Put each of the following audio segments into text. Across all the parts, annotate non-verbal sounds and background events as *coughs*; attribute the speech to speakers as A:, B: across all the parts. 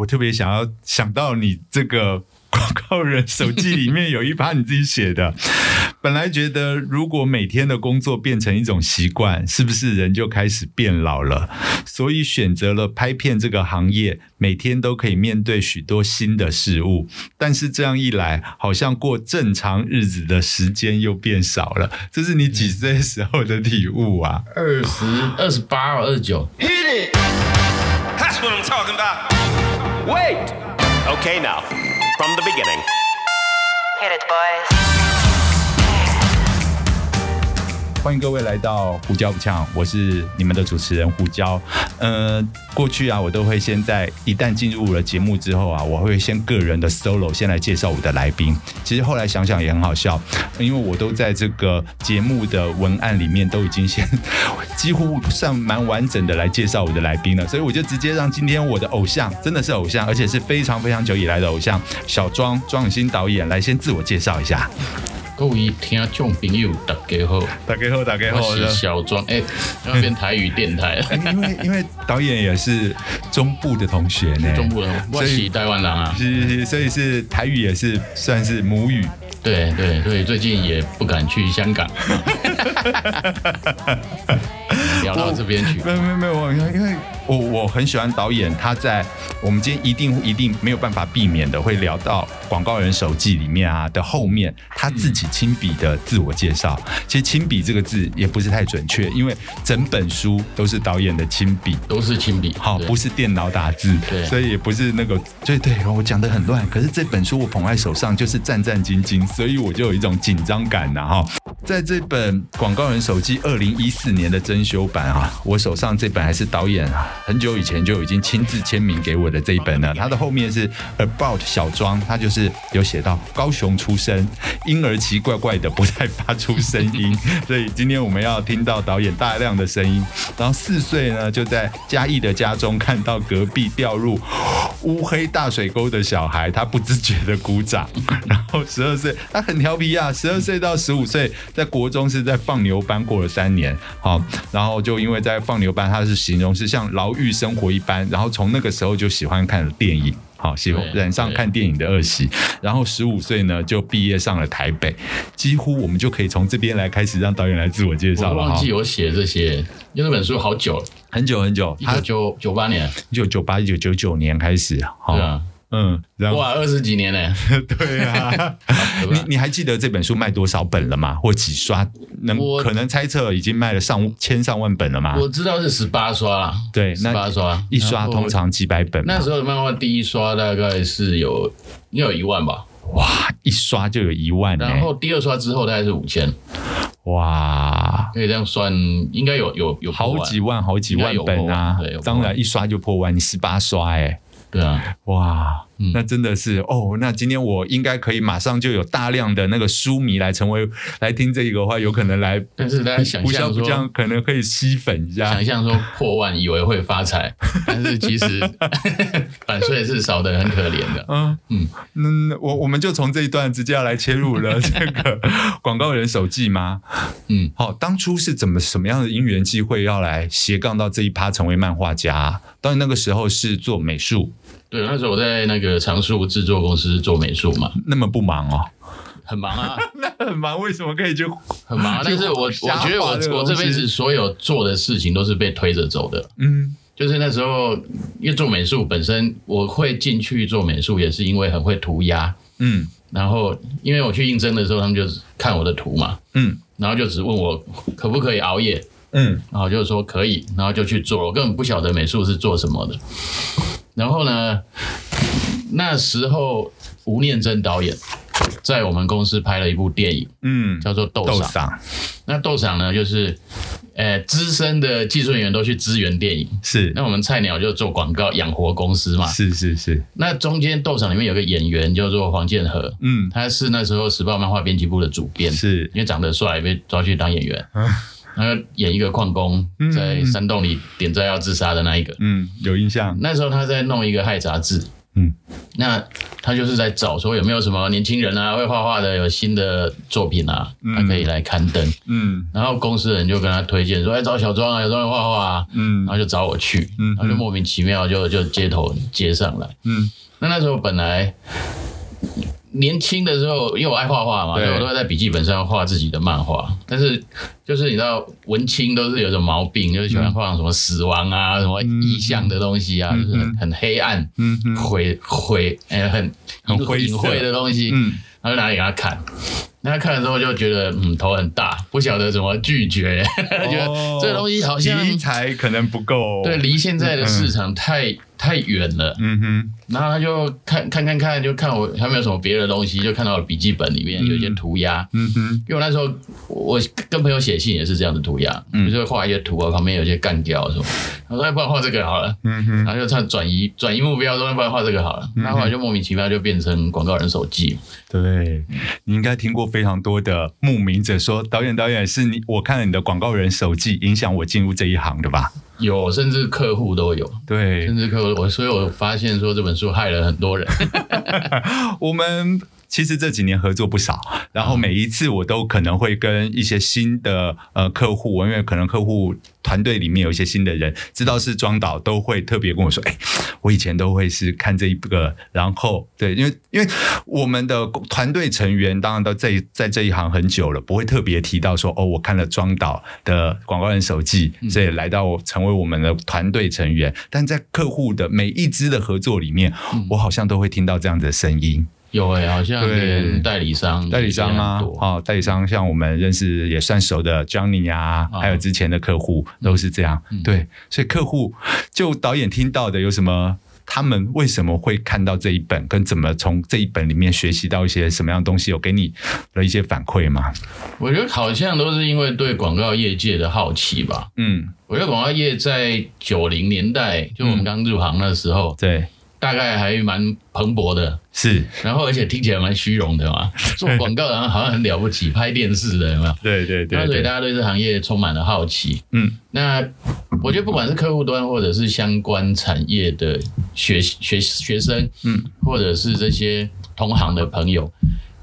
A: 我特别想要想到你这个广告人手记里面有一趴你自己写的，本来觉得如果每天的工作变成一种习惯，是不是人就开始变老了？所以选择了拍片这个行业，每天都可以面对许多新的事物。但是这样一来，好像过正常日子的时间又变少了。这是你几岁时候的体悟啊？
B: 二十二十八、哦二十九，
C: Hit it!
D: That's what I'm talking about.
C: Wait!
D: Okay, now, from the beginning.
E: Hit it, boys.
A: 欢迎各位来到胡椒不呛，我是你们的主持人胡椒。呃，过去啊，我都会先在一旦进入了节目之后啊，我会先个人的 solo 先来介绍我的来宾。其实后来想想也很好笑，因为我都在这个节目的文案里面都已经先 *laughs* 几乎算蛮完整的来介绍我的来宾了，所以我就直接让今天我的偶像，真的是偶像，而且是非常非常久以来的偶像小庄庄永新导演来先自我介绍一下。
B: 各位听众朋友大家好，
A: 打给后，打给
B: 我是小庄，哎、要变台语电
A: *laughs*
B: 台了，
A: 哎因为因为导演也是中部的同学呢，
B: 中部人，我
A: 所以
B: 是台湾人啊，
A: 是是是，所以是台语也是算是母语。
B: 对对对，最近也不敢去
A: *laughs*
B: 香港，聊到这边去
A: 没，有没有没有，因为因为我我很喜欢导演，他在我们今天一定一定没有办法避免的会聊到《广告人手记》里面啊的后面，他自己亲笔的自我介绍。其实“亲笔”这个字也不是太准确，因为整本书都是导演的亲笔。
B: 都是亲笔，
A: 好，
B: 对
A: 不是电脑打字，
B: 对
A: 所以也不是那个，对对，我讲的很乱。可是这本书我捧在手上，就是战战兢兢，所以我就有一种紧张感呐、哈。在这本《广告人手机》二零一四年的珍修版啊，我手上这本还是导演啊很久以前就已经亲自签名给我的这一本呢。它的后面是 About 小庄，他就是有写到高雄出生，婴儿奇怪怪的不太发出声音，所以今天我们要听到导演大量的声音。然后四岁呢，就在嘉义的家中看到隔壁掉入乌黑大水沟的小孩，他不自觉的鼓掌。然后十二岁，他很调皮啊，十二岁到十五岁，在国中是在放牛班过了三年，好，然后就因为在放牛班，他是形容是像牢狱生活一般，然后从那个时候就喜欢看电影。好，喜欢
B: 对
A: 染上
B: 对
A: 看电影的恶习，然后十五岁呢就毕业上了台北，几乎我们就可以从这边来开始让导演来自我介绍
B: 我
A: 了哈。
B: 忘记有写这些，因为这本书好久了，
A: 很久很久，
B: 一
A: 他
B: 九九九八年，
A: 一九九八、一九九九年开始，好
B: 对啊，
A: 嗯，然后
B: 哇，二十几年呢、
A: 对啊，
B: *laughs* 对
A: 你
B: 吧？
A: 你还记得这本书卖多少本了吗？或几刷？能
B: 我
A: 可能猜测已经卖了上千上万本了吗？
B: 我知道是十八刷啦，
A: 对
B: 十
A: 那
B: 八刷，哦
A: 一刷
B: 然后
A: 通常几百本嘛，
B: 那时候的漫画第一刷大概是有应该有一万吧，
A: 哇，一刷就有一万呢、
B: 然后第二刷之后大概是五千，
A: 哇，
B: 可以这样算，应该有有有破
A: 好
B: 万
A: 几万好几万本啊
B: 应该有破万对有！破
A: 当
B: 万
A: 然一刷就破万，你十八刷哎、
B: 对啊，
A: 哇，那真的是哦。那今天我应该可以马上就有大量的那个书迷来成为来听这个的话，有可能来
B: *laughs* 但是大家想
A: 不像
B: 象
A: 不像
B: 说。
A: 可能可以吸粉一下
B: 想。象说破万，以为会发财，啊 *laughs* 但是其 *laughs* 实版税是少的很可怜的。
A: 嗯嗯
B: 嗯
A: 嗯，我我们就从这一段直接要来切入
B: *laughs*
A: 了这个广告人手记吗？
B: 嗯，
A: 好，当初是怎么什么样的因缘机会要来斜杠到这一趴成为漫画家啊？当然那个时候是做美术，
B: 对，那时候我在那个常树制作公司做美术嘛，
A: 那么不忙哦， *laughs*
B: 很忙啊，
A: 那很忙，为什么可以去？
B: 很 *laughs* 忙啊。但是我我
A: 瞎
B: 觉得
A: 画这个
B: 我我这
A: 东
B: 辈
A: 西
B: 子所有做的事情都是被推着走的。
A: 嗯
B: 就是那时候，因为做美术本身，我会进去做美术，也是因为很会涂鸦。
A: 嗯
B: 然后，因为我去应征的时候，他们就看我的图嘛，
A: 嗯
B: 然后就只问我可不可以熬夜，
A: 嗯
B: 然后我就说可以，然后就去做。我根本不晓得美术是做什么的。然后呢，那时候吴念真导演在我们公司拍了一部电影，
A: 嗯，
B: 叫做《 *laughs* 斗
A: 豆
B: 赏》。
A: 赏
B: 那《斗赏》呢，就是呃资深的技术人员都去支援电影。
A: 是
B: 那我们菜鸟就做广告养活公司嘛。
A: 是是是，
B: 那中间斗场里面有个演员叫做黄建和，
A: 嗯
B: 他是那时候时报漫画编辑部的主编，
A: 是
B: 因为长得帅被抓去当演员，
A: 啊
B: 他演一个矿工
A: 嗯
B: 在山洞里点炸药自杀的那一个。
A: 嗯有印象，
B: 那时候他在弄一个害杂志，
A: 嗯，
B: 那他就是在找说有没有什么年轻人啊，会画画的有新的作品啊，他可以来刊登。
A: 嗯
B: 然后公司的人就跟他推荐说，哎，找小庄啊，小庄会画画啊，
A: 嗯
B: 然后就找我去，
A: 嗯
B: 然后就莫名其妙就就街头接上来。
A: 嗯
B: 那那时候本来年轻的时候，因为我爱画画嘛，
A: 对
B: 所以我都会在笔记本上画自己的漫画。但是就是你知道，文青都是有种毛病，就是喜欢画什么死亡啊、什么意象的东西啊，就是很很黑暗、
A: 嗯嗯
B: 灰灰，哎、很
A: 很灰色
B: 隐晦的东西。
A: 嗯
B: 然后就拿给他看。那他看了之后就觉得，嗯，头很大，不晓得怎么拒绝， *laughs* *laughs* 觉得
A: 哦
B: 这个东西好像
A: 题材可能不够，
B: 对离现在的市场太、太远了。
A: 哦嗯哼，
B: 然后他就看看看看，就看我还没有什么别的东西，就看到了笔记本里面有一些涂鸦。
A: 嗯哼，
B: 因为我那时候我我跟朋友写信也是这样的涂鸦，
A: 嗯
B: 就是会画一些图啊，旁边有一些干掉什么。他说：“哎，不然画这个好了。”
A: 嗯哼，
B: 然后就他转移转移目标，说：“不然画这个好了。”那后来就莫名其妙就变成广告人手记。
A: 对，你应该听过非常多的慕名者说，导演导演是你，我看了你的广告人手记，影响我进入这一行的吧？
B: 有，甚至客户都有，
A: 对
B: 甚，至客户我，所以我发现说这本书害了很
A: *laughs*
B: 多人。
A: 我们。其实这几年合作不少，然后每一次我都可能会跟一些新的呃客户，因为可能客户团队里面有一些新的人，知道是庄导，都会特别跟我说：“哎，我以前都会是看这一个，然后对，因为因为我们的团队成员当然都在在这一行很久了，不会特别提到说哦，我看了庄导的呃广告人手记，所以来到成为我们的团队成员。但在客户的每一支的合作里面，我好像都会听到这样子的声音。
B: 有诶、好像
A: 对
B: 连代嗯理商
A: 代理商啊
B: 也很，多
A: 哦，代理商像我们认识也算熟的 Johnny 啊，
B: 啊嗯
A: 还有之前的客户都是这样。对，所以客户就导演听到的有什么？他们为什么会看到这一本，跟怎么从这一本里面学习到一些什么样的东西？有给你的一些反馈吗？
B: 我觉得好像都是因为对广告业界的好奇吧。
A: 嗯，
B: 我觉得广告业在九零年代，就我们刚入行的时候，
A: 对，
B: 大概还蛮蓬勃的，
A: 是，
B: 然后而且听起来蛮虚荣的嘛。做广告好像好像很了不起，拍电视的有没有？
A: 对对
B: 那所以大，家对这行业充满了好奇。
A: 嗯
B: 那我觉得不管是客户端，或者是相关产业的学学学生，
A: 嗯，
B: 或者是这些同行的朋友，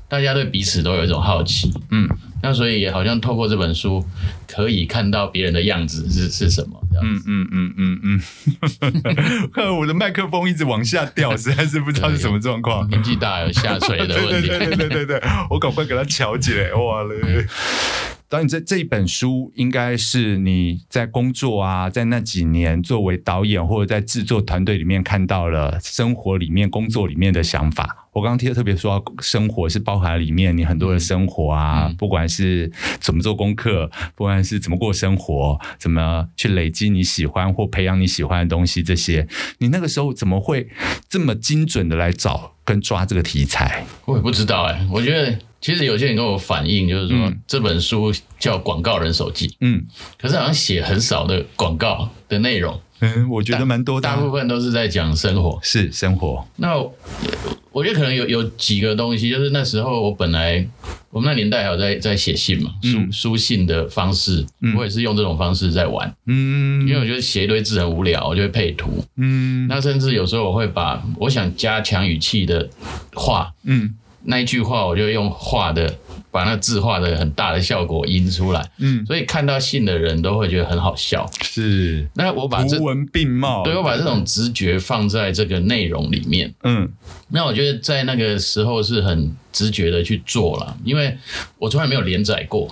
B: 大家对彼此都有一种好奇。
A: 嗯
B: 那所以也好像透过这本书，可以看到别人的样子是是什么。这样
A: 嗯嗯嗯嗯嗯， *laughs*
B: *laughs*
A: 看我的麦克风一直往下掉，实在是不知道是什么状况。
B: 年纪大有下垂的
A: 对
B: 问
A: *laughs* 对
B: 题。
A: 对对对对对，我赶快给他调解，哇嘞！导嗯演这这一本书应该是你在工作啊，在那几年作为导演或者在制作团队里面看到了生活里面、工作里面的想法。我刚刚听特别说到生活是包含里面你很多的生活啊，
B: 嗯
A: 不管是怎么做功课，不管是怎么过生活，怎么去累积你喜欢或培养你喜欢的东西，这些你那个时候怎么会这么精准的来找跟抓这个题材？
B: 我也不知道哎、我觉得其实有些人跟我反映，就是说、
A: 嗯
B: 这本书叫《广告人手记》，
A: 嗯
B: 可是好像写很少的广告的内容，
A: 嗯，我觉得蛮多的啊，
B: 大部分都是在讲生活。
A: 是生活，
B: 那我我觉得可能有有几个东西，就是那时候我本来我们那年代还有在在写信嘛，书、
A: 嗯
B: 书信的方式，我也是用这种方式在玩，
A: 嗯，
B: 因为我觉得写一堆字很无聊，我就会配图。
A: 嗯
B: 那甚至有时候我会把我想加强语气的话，
A: 嗯
B: 那一句话我就用画的把那字画的很大的效果印出来，
A: 嗯，
B: 所以看到信的人都会觉得很好笑。
A: 是
B: 那我把这
A: 图文并茂，
B: 对我把这种直觉放在这个内容里面。
A: 嗯
B: 那我觉得在那个时候是很直觉的去做了，因为我从来没有连载过。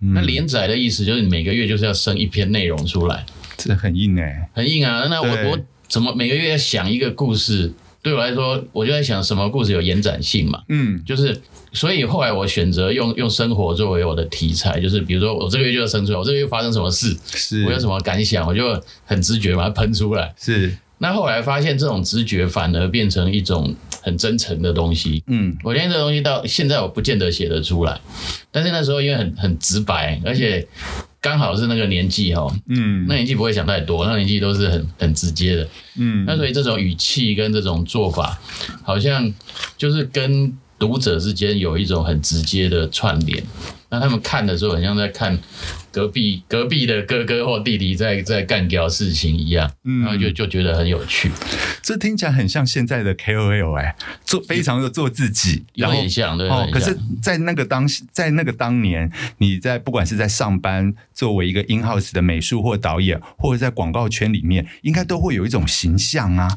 A: 嗯
B: 那连载的意思就是你每个月就是要生一篇内容出来，
A: 这很硬哎，
B: 很硬啊。那
A: 对
B: 我我怎么每个月要想一个故事？对我来说，我就在想什么故事有延展性嘛？
A: 嗯
B: 就是，所以后来我选择用用生活作为我的题材，就是比如说我这个月就要生出来，我这个月发生什么事，
A: 是，
B: 我有什么感想，我就很直觉把它喷出来。
A: 是
B: 那后来发现这种直觉反而变成一种很真诚的东西，
A: 嗯
B: 我相信这个东西到现在我不见得写得出来，但是那时候因为很很直白，而且刚好是那个年纪哦，
A: 嗯
B: 那年纪不会想太多，那年纪都是很很直接的。
A: 嗯
B: 那所以这种语气跟这种做法，好像就是跟读者之间有一种很直接的串联。那他们看的时候，很像在看隔壁隔壁的哥哥或弟弟在在干掉事情一样，
A: 嗯
B: 然后就就觉得很有趣，
A: 这听起来很像现在的 KOL 哎、做非常的做自己，
B: 有
A: 然后
B: 点像，对，
A: 哦
B: 很，
A: 可是
B: 像，
A: 在那个当在那个当年，你在不管是在上班作为一个 in house 的美术或导演，或者在广告圈里面，应该都会有一种形象啊。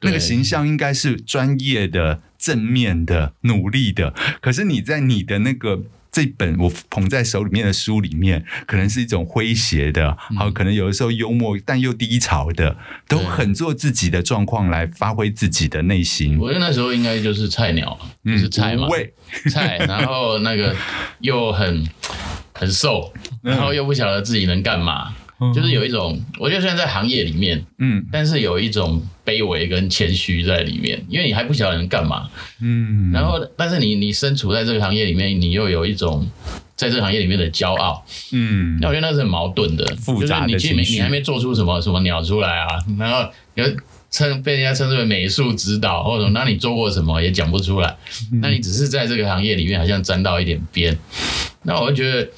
B: 对
A: 那个形象应该是专业的、正面的、努力的。可是你在你的那个。这本我捧在手里面的书里面，可能是一种诙谐的，
B: 嗯
A: 好、可能有的时候幽默，但又低潮的，都
B: 对
A: 很做自己的状况来发挥自己的内心，
B: 我觉得那时候应该就是菜鸟，就是菜
A: 嗯
B: 嘛
A: 无，畏
B: 菜，然后那个又很很瘦，然后又不晓得自己能干嘛，就是有一种，我觉得虽然在行业里面，
A: 嗯
B: 但是有一种卑微跟谦虚在里面，因为你还不晓得能干嘛，
A: 嗯，
B: 然后但是你你身处在这个行业里面，你又有一种。在这个行业里面的骄傲，
A: 嗯
B: 哦那我觉得那是很矛盾的，
A: 复杂的
B: 就是你既没
A: 情绪
B: 你还没做出什么什么鸟出来啊，然后有称被人家称之为美术指导或者什么，那你做过什么也讲不出来，
A: 嗯
B: 那你只是在这个行业里面好像沾到一点边，那我就觉得，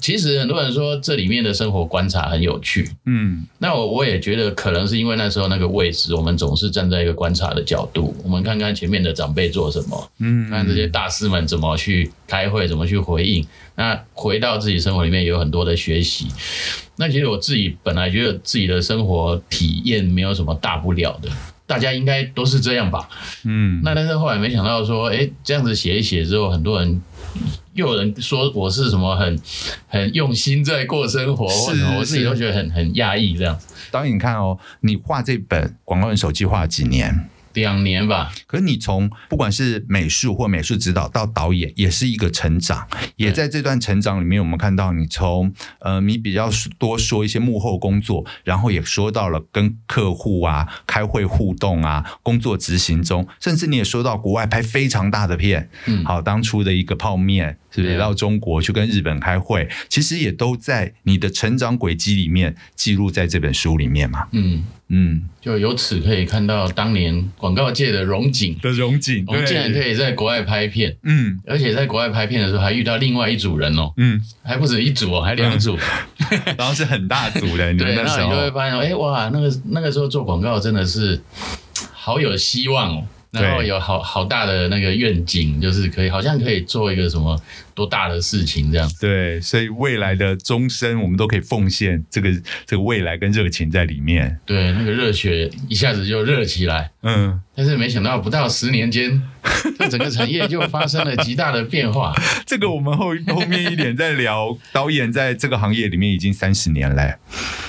B: 其实很多人说这里面的生活观察很有趣，
A: 嗯。
B: 那我我也觉得，可能是因为那时候那个位置，我们总是站在一个观察的角度，我们看看前面的长辈做什么，
A: 嗯
B: 看这些大师们怎么去开会，怎么去回应。那回到自己生活里面，也有很多的学习。那其实我自己本来觉得自己的生活体验没有什么大不了的，大家应该都是这样吧？
A: 嗯，
B: 那但是后来没想到说，哎，这样子写一写之后，很多人。又有人说我是什么很很用心在过生活，
A: 是
B: 或者我自己
A: 是
B: 都觉得很很压抑这样子。
A: 导演，你看哦，你画这本《广告人手机》画了几年？
B: 两年吧，
A: 可是你从不管是美术或美术指导到导演，也是一个成长。也在这段成长里面，我们看到你从呃，你比较多说一些幕后工作，然后也说到了跟客户啊、开会互动啊、工作执行中，甚至你也说到国外拍非常大的片，
B: 嗯
A: 好，当初的一个泡面，是不是
B: 对啊
A: 到中国去跟日本开会，其实也都在你的成长轨迹里面记录在这本书里面嘛，
B: 嗯，
A: 嗯。
B: 就由此可以看到当年广告界的荣景，
A: 的荣景，
B: 我们竟然可
A: 对，
B: 以在国外拍片，
A: 嗯
B: 而且在国外拍片的时候还遇到另外一组人哦，
A: 嗯，
B: 还不止一组哦，还两组，
A: 然后是很大组的，你们
B: 对，
A: 嗯那
B: 然后
A: 时
B: 你就会
A: 候，
B: 发现哦，哎哇，那个那个时候做广告真的是好有希望哦。然后
A: 对
B: 有好好大的那个愿景，就是可以好像可以做一个什么多大的事情这样。
A: 对，所以未来的终身，我们都可以奉献这个这个未来跟热情在里面，
B: 对，那个热血一下子就热起来。
A: 嗯，
B: 但是没想到不到十年间， *laughs* 这整个产业就发生了极大的变化。
A: 这个我们后后面一点再聊。导演在这个行业里面已经三十年了，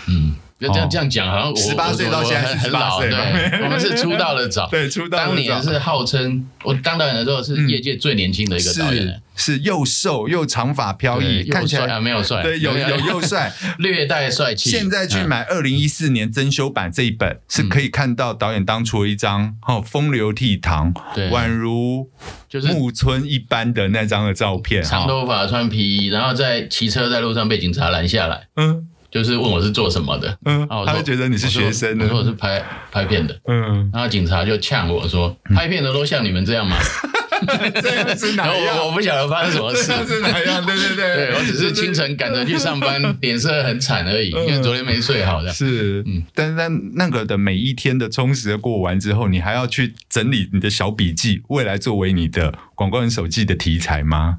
B: 嗯，不要这
A: 哦
B: 样这样讲，好像我
A: 18岁
B: 我
A: 到
B: 我
A: 现在
B: 很
A: 是
B: 很
A: 18
B: 老，
A: 岁嘛
B: 对，我们是出道的早，
A: 对出道的早
B: 当年是号称我当导演的时候是业界最年轻的一个
A: 嗯
B: 导
A: 是
B: 演，
A: 是又瘦又长发飘
B: 对
A: 逸，看
B: 又
A: 起
B: 帅
A: 来
B: 啊，没有帅，
A: 对有有
B: 有
A: 又帅。
B: *laughs* 略带帅气。
A: 现在去
B: 嗯
A: 买二零一四年增修版这一本，是可以看到导演当初的一张哦风流倜傥，
B: 对
A: 宛如
B: 就是
A: 木村一般的那张的照片，
B: 长
A: 哈
B: 头发穿皮衣，然后在骑车在路上被警察拦下来，
A: 嗯
B: 就是问我是做什么的，
A: 嗯
B: 啊然后我，
A: 他
B: 说
A: 会觉得你是学生
B: 我说我
A: 的，
B: 是拍拍片的。
A: 嗯，
B: 然后警察就呛我说：“拍片的都像你们这样吗
A: 这样是？”嗯 *laughs* 哪
B: 然后我
A: 样？
B: 我不晓得发生什么事
A: 这，样是哪样？对对 *laughs* 对，
B: 对我只是清晨赶着去上班，脸色很惨而已，因为昨天没睡好的。
A: 是，
B: 嗯
A: 但是那那个的每一天的充实的过完之后，你还要去整理你的小笔记，未来作为你的广告人手记的题材吗？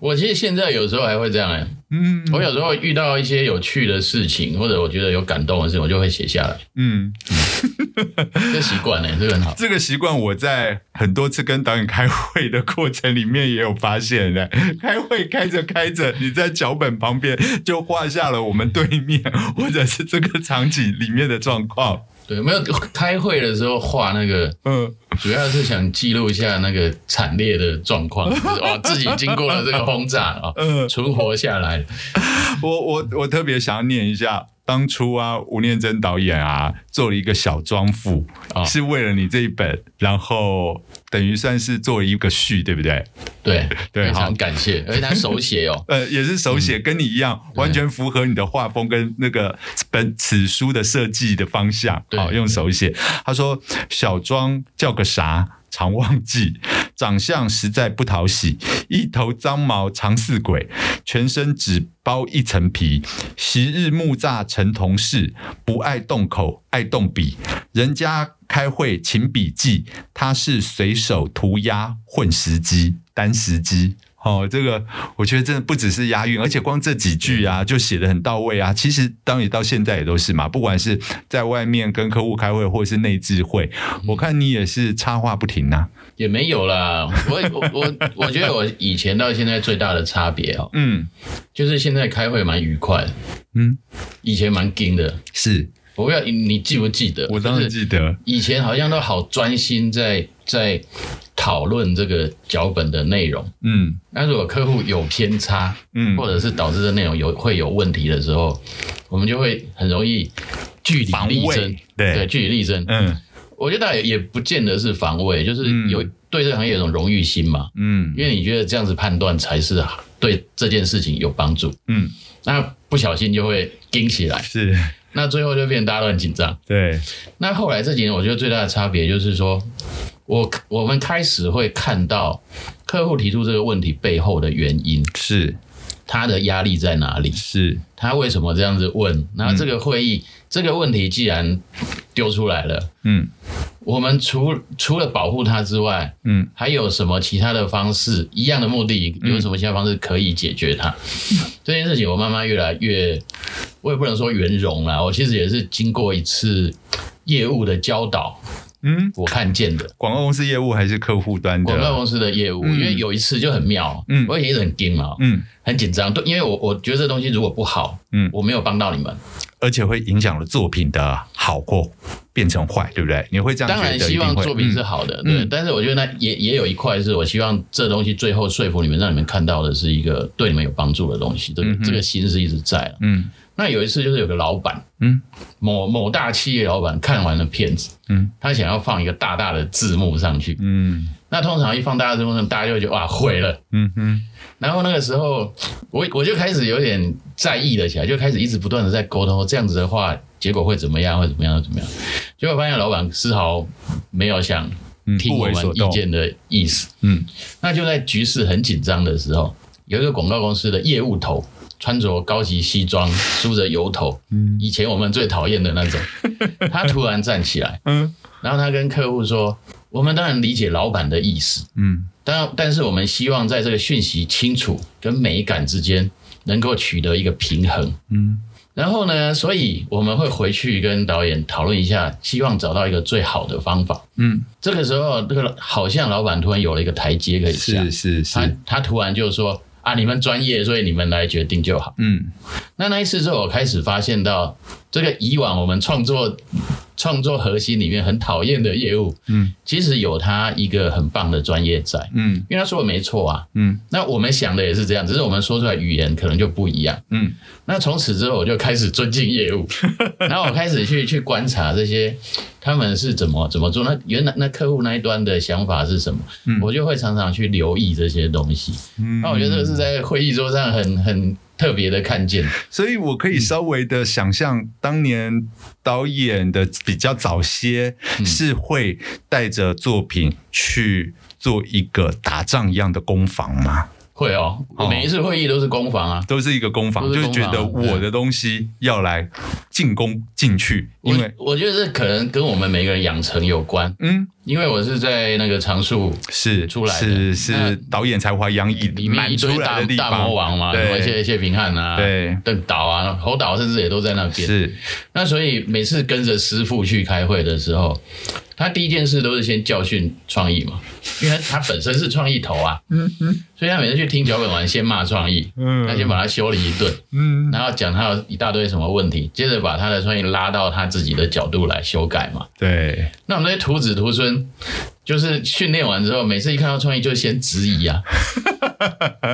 B: 我其实现在有时候还会这样哎、
A: 嗯
B: 我有时候遇到一些有趣的事情，或者我觉得有感动的事情，我就会写下来，
A: 嗯， *laughs*
B: 这习惯哎，这个很好。
A: 这个习惯我在很多次跟导演开会的过程里面也有发现的。 *laughs* 开会开着开着，你在脚本旁边就画下了我们对面或者是这个场景里面的状况。
B: 对，没有开会的时候画那个，
A: 嗯，
B: 主要是想记录一下那个惨烈的状况，就是哇，自己经过了这个轰炸啊，
A: *laughs* 嗯
B: 存活下来。
A: *laughs* 我我我特别想要念一下。当初啊，吴念真导演啊，做了一个小装付，
B: 哦
A: 是为了你这一本，然后等于算是做了一个序，对不对？
B: 对，
A: *laughs* 对
B: 非
A: 好，
B: 常感谢，而且他手写哦
A: 呃，也是手
B: 嗯
A: 写，跟你一样，完全符合你的画风跟那个本此书的设计的方向。
B: 对
A: 好，用手写。他说：“小庄叫个啥？”常忘记，长相实在不讨喜，一头脏毛长似鬼，全身只包一层皮，昔日木栅成同事，不爱动口，爱动笔。人家开会请笔记，他是随手涂鸦混时机，单时机。哦，这个我觉得真的不只是押韵，而且光这几句
B: 嗯
A: 啊就写的很到位啊。其实当你到现在也都是嘛，不管是在外面跟客户开会，或是内置会，
B: 嗯
A: 我看你也是插话不停啊呐、
B: 也没有啦。我我我我觉得我以前到现在最大的差别哦，
A: 嗯
B: 就是现在开会蛮愉快的，
A: 嗯，
B: 以前蛮硬的。
A: 是
B: 我不知道你你记不记得？
A: 我当然记得，
B: 以前好像都好专心在在讨论这个脚本的内容，
A: 嗯
B: 那如果客户有偏差，
A: 嗯，
B: 或者是导致的内容有会有问题的时候，我们就会很容易据理
A: 防
B: 力
A: 卫
B: 争，
A: 对
B: 对，据理力争。
A: 嗯
B: 我觉得大家也不见得是防卫，就是
A: 嗯
B: 有、对这个行业有一种荣誉心嘛，
A: 嗯
B: 因为你觉得这样子判断才是对这件事情有帮助，
A: 嗯，
B: 那不小心就会盯起来，
A: 是
B: 那最后就变大家都很紧张。
A: 对，
B: 那后来这几年，我觉得最大的差别就是说，我我们开始会看到客户提出这个问题背后的原因，
A: 是
B: 他的压力在哪里，
A: 是，
B: 他为什么这样子问？然后这个会议、这个问题既然丢出来了，
A: 嗯
B: 我们除除了保护他之外，
A: 嗯，
B: 还有什么其他的方式？一样的目的，有什么其他方式可以解决它？
A: 嗯
B: 这件事情我慢慢越来越，我也不能说圆融啦，我其实也是经过一次业务的教导，
A: 嗯，
B: 我看见的
A: 广告公司业务还是客户端
B: 广告
A: 的，
B: 公司的业务，因为有一次就很妙，
A: 啊嗯
B: 我也一直很惊嘛，
A: 嗯
B: 很紧张，对，因为我我觉得这东西如果不好，
A: 嗯
B: 我没有帮到你们，
A: 而且会影响了作品的好或变成坏，对不对？你会这样
B: 当
A: 觉得？
B: 然希望作品是好的，对。
A: 嗯
B: 但是我觉得那也也有一块是我希望这东西最后说服你们，让你们看到的是一个对你们有帮助的东西。这个、这个心是一直在的。
A: 嗯
B: 那有一次就是有个老板，
A: 嗯，
B: 某某大企业老板看完了片子，
A: 嗯，
B: 他想要放一个大大的字幕上去。
A: 嗯
B: 那通常一放大字幕上，大家就会觉得哇毁了。
A: 嗯嗯
B: 然后那个时候，我我就开始有点在意了起来，就开始一直不断的在沟通，这样子的话，结果会怎么样？会怎么样？会怎么样？结果发现老板丝毫没有想
A: 嗯，
B: 听
A: 不
B: 我
A: 为
B: 们
A: 所
B: 意
A: 动，
B: 见的意思。
A: 嗯
B: 那就在局势很紧张的时候，有一个广告公司的业务头，穿着高级西装，梳着油头，以前我们最讨厌的那种，他突然站起来，
A: 嗯
B: 然后他跟客户说：“我们当然理解老板的意思，
A: 嗯
B: 但但是我们希望在这个讯息清楚跟美感之间能够取得一个平衡。
A: 嗯，
B: 然后呢，所以我们会回去跟导演讨论一下，希望找到一个最好的方法。
A: 嗯，
B: 这个时候，这个好像老板突然有了一个台阶可以下
A: 是，是
B: 他
A: 是，
B: 他突然就说啊，你们专业，所以你们来决定就好。
A: 嗯
B: 那那一次之后，我开始发现到这个以往我们创作创作核心里面很讨厌的业务，
A: 嗯，
B: 其实有他一个很棒的专业在，
A: 嗯
B: 因为他说的没错啊，
A: 嗯
B: 那我们想的也是这样，只是我们说出来语言可能就不一样。
A: 嗯
B: 那从此之后，我就开始尊敬
A: *laughs*
B: 业务，然后我开始去去观察这些他们是怎么怎么做。那原来那客户那一端的想法是什么？
A: 嗯
B: 我就会常常去留意这些东西。那我觉得这个是在会议桌上很很特别的看见。
A: 所以我可以稍微的想象，当年导演的比较早些
B: 嗯
A: 是会带着作品去做一个打仗一样的攻防嘛，
B: 会哦，
A: 哦
B: 我每一次会议都是攻防啊。
A: 都是一个攻防，
B: 都是
A: 就是觉
B: 攻防
A: 得我的东西要来进攻进去，
B: 我
A: 因为
B: 我觉得这可能跟我们每个人养成有关，
A: 嗯
B: 因为我是在那个常数
A: 是
B: 出来的
A: 是
B: 那
A: 是导演才华洋溢
B: 里面
A: 满
B: 一堆
A: 出来
B: 大
A: 的地
B: 大
A: 方
B: 魔王嘛，什么谢
A: 对
B: 谢平汉啊，
A: 对
B: 邓导啊、侯导甚至也都在那边。
A: 是
B: 那所以每次跟着师傅去开会的时候，他第一件事都是先教训创意嘛，因为他他本身是创意头啊，嗯嗯，所以他每次去听脚本完，先骂创意，
A: 嗯
B: 他先把他修理一顿，
A: 嗯
B: 然后讲他有一大堆什么问题，接着把他的创意拉到他自己的角度来修改嘛。
A: 对
B: 那我们这些徒子徒孙，就是训练完之后，每次一看到创意就先质疑
A: *laughs*
B: 啊，